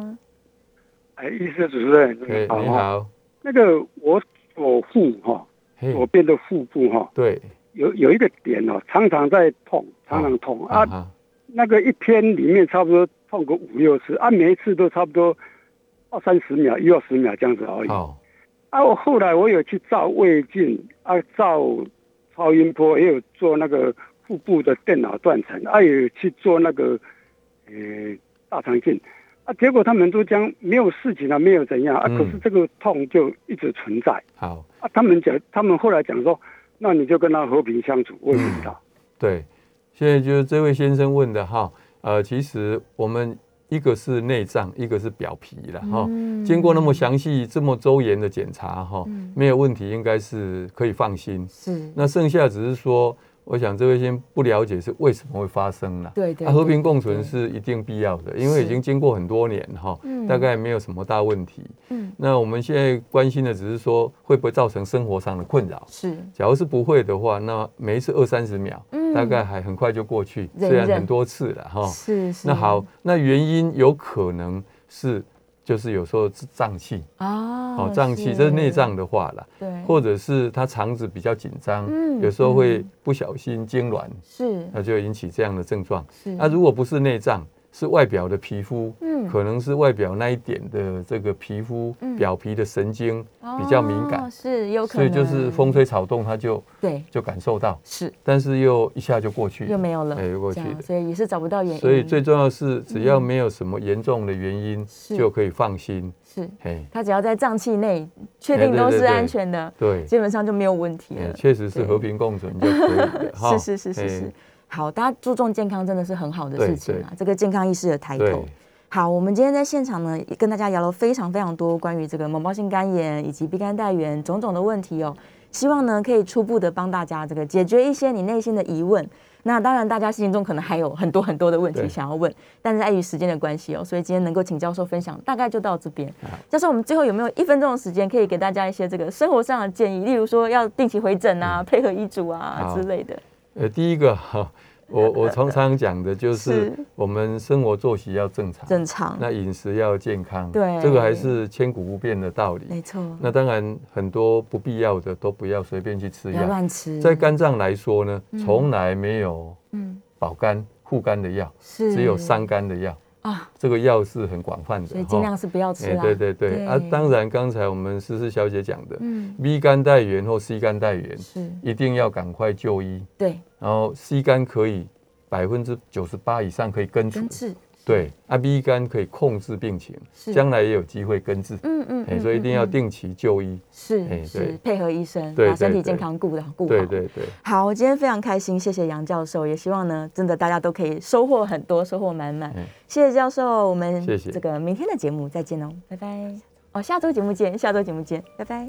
Speaker 6: 哎，医师主任，
Speaker 3: 哎，
Speaker 6: 好
Speaker 3: 你
Speaker 6: 哈。
Speaker 3: 好，
Speaker 6: 哦那个我左腹哈，
Speaker 3: 嘿，
Speaker 6: 左边的腹部哈，
Speaker 3: 对，
Speaker 6: 有有一个点哦，常常在痛，常常痛啊
Speaker 3: 啊。哈，
Speaker 6: 那个一天里面差不多痛个五六次啊，每一次都差不多二三十秒、一二十秒这样子而已。
Speaker 3: 好，
Speaker 6: 啊，我后来我有去照胃镜啊，照超音波，也有做那个腹部的电脑断层，啊，也有去做那个呃大肠镜，啊，结果他们都讲没有事情啊，没有怎样啊，
Speaker 3: 嗯
Speaker 6: 可是这个痛就一直存在
Speaker 3: 好，
Speaker 6: 啊。他们讲，他们后来讲说，那你就跟他和平相处，我也不知道。
Speaker 3: 对，现在就是这位先生问的哈，呃，其实我们一个是内脏，一个是表皮了哈。
Speaker 2: 嗯
Speaker 3: 经过那么详细、这么周延的检查哈，没有问题，应该是可以放心。
Speaker 2: 是，
Speaker 3: 那剩下只是说，我想这位先不了解是为什么会发生了。
Speaker 2: 对对
Speaker 3: 啊和平共
Speaker 2: 对
Speaker 3: 存是一定必要的，因为已经经过很多年哈
Speaker 2: 嗯，
Speaker 3: 大概没有什么大问题。
Speaker 2: 嗯，
Speaker 3: 那我们现在关心的只是说，会不会造成生活上的困扰？
Speaker 2: 是
Speaker 3: 假如是不会的话，那每一次二三十秒，
Speaker 2: 嗯
Speaker 3: 大概还很快就过去，
Speaker 2: 忍
Speaker 3: 虽然
Speaker 2: 忍
Speaker 3: 很多次了哈。
Speaker 2: 是是。
Speaker 3: 哦那好，那原因有可能是就是有时候是胀气，
Speaker 2: 啊，
Speaker 3: 哦，胀气这是内脏
Speaker 2: 的，
Speaker 3: 的话啦，
Speaker 2: 对，
Speaker 3: 或者是他肠子比较紧张，
Speaker 2: 嗯
Speaker 3: 有时候会
Speaker 2: 嗯
Speaker 3: 不小心痉挛，
Speaker 2: 是
Speaker 3: 呃那就引起这样的症状。
Speaker 2: 是哦
Speaker 3: 那如果不是内脏，是外表的皮肤，
Speaker 2: 嗯
Speaker 3: 可能是外表那一点的这个皮肤
Speaker 2: 嗯
Speaker 3: 表皮的神经比较敏
Speaker 2: 哦
Speaker 3: 感，
Speaker 2: 是有可
Speaker 3: 所以
Speaker 2: 能，
Speaker 3: 就是风吹草动它就
Speaker 2: 对
Speaker 3: 就感受到，
Speaker 2: 是
Speaker 3: 但是又一下就过去，
Speaker 2: 又没有了，
Speaker 3: 哎又过
Speaker 2: 这
Speaker 3: 去
Speaker 2: 样
Speaker 3: 的。
Speaker 2: 所以也是找不到原因，嗯
Speaker 3: 所以最重要是，只要没有什么严重的原因，
Speaker 2: 是
Speaker 3: 就可以放心。
Speaker 2: 是
Speaker 3: 嘿，
Speaker 2: 他只要在脏器内确
Speaker 3: 哎
Speaker 2: 定
Speaker 3: 对
Speaker 2: 都
Speaker 3: 对
Speaker 2: 是
Speaker 3: 对
Speaker 2: 安全的，
Speaker 3: 对，
Speaker 2: 基本上就没有问题
Speaker 3: 哎
Speaker 2: 了。
Speaker 3: 确实是
Speaker 2: 对
Speaker 3: 和平共存就可以 的哈。
Speaker 2: 是是是是是
Speaker 3: 哎，，
Speaker 2: 好，大家注重健康真的是很好的事
Speaker 3: 对
Speaker 2: 情啊
Speaker 3: 对，
Speaker 2: 这个健康意识的抬头
Speaker 3: 对。
Speaker 2: 好，我们今天在现场呢，跟大家聊了非常非常多关于这个脓包性肝炎以及鼻肝带源种种的问题哦，希望呢可以初步的帮大家这个解决一些你内心的疑问。那当然，大家心中可能还有很多很多的问题
Speaker 3: 对
Speaker 2: 想要问，但是碍于时间的关系哦，所以今天能够请教授分享，大概就到这边。教授，我们最后有没有一分钟的时间可以给大家一些这个生活上的建议，例如说要定期回诊啊、配合医嘱啊
Speaker 3: 嗯好
Speaker 2: 之类的？
Speaker 3: 呃，第一个 哈，我我常常讲的就是
Speaker 2: 是
Speaker 3: 我们生活作息要正常，
Speaker 2: 正常，
Speaker 3: 那饮食要健康，
Speaker 2: 对
Speaker 3: 这个还是千古不变的道
Speaker 2: 没
Speaker 3: 理。
Speaker 2: 错，
Speaker 3: 那当然，很多不必要的都不要随便去吃
Speaker 2: 不要
Speaker 3: 药。
Speaker 2: 乱吃。
Speaker 3: 在肝脏来说呢，从来没有
Speaker 2: 嗯
Speaker 3: 保肝护肝的药，
Speaker 2: 是
Speaker 3: 只有伤肝的药。
Speaker 2: 啊，
Speaker 3: 这个药是很广泛的，
Speaker 2: 所以尽量
Speaker 3: 哈
Speaker 2: 是不要吃
Speaker 3: 哎
Speaker 2: 啦。
Speaker 3: 对对对啊！当然，刚才我们思思小姐讲的
Speaker 2: 嗯
Speaker 3: ，B 肝带源或 C 肝带源，
Speaker 2: 是，
Speaker 3: 一定要赶快就医。
Speaker 2: 对，
Speaker 3: 然后 C 肝可以百分之九十八以上可以根除
Speaker 2: 根，治，
Speaker 3: 对，啊 B 肝可以控制病情
Speaker 2: 是，
Speaker 3: 将来也有机会根治，
Speaker 2: 嗯嗯
Speaker 3: 哎，所以一定要
Speaker 2: 嗯嗯
Speaker 3: 定期就医。哎
Speaker 2: 是是
Speaker 3: 对
Speaker 2: 配合医生，
Speaker 3: 对
Speaker 2: 把身
Speaker 3: 对
Speaker 2: 体健
Speaker 3: 对
Speaker 2: 康顾的顾好。
Speaker 3: 对对对，
Speaker 2: 好，今天非常开心，谢谢杨教授，也希望呢，真的大家都可以收获很多，收获满满。
Speaker 3: 嗯
Speaker 2: 谢谢教授，我们
Speaker 3: 谢谢
Speaker 2: 这个明天的节目再见哦，拜拜。哦，下周节目见，下周节目见，拜拜。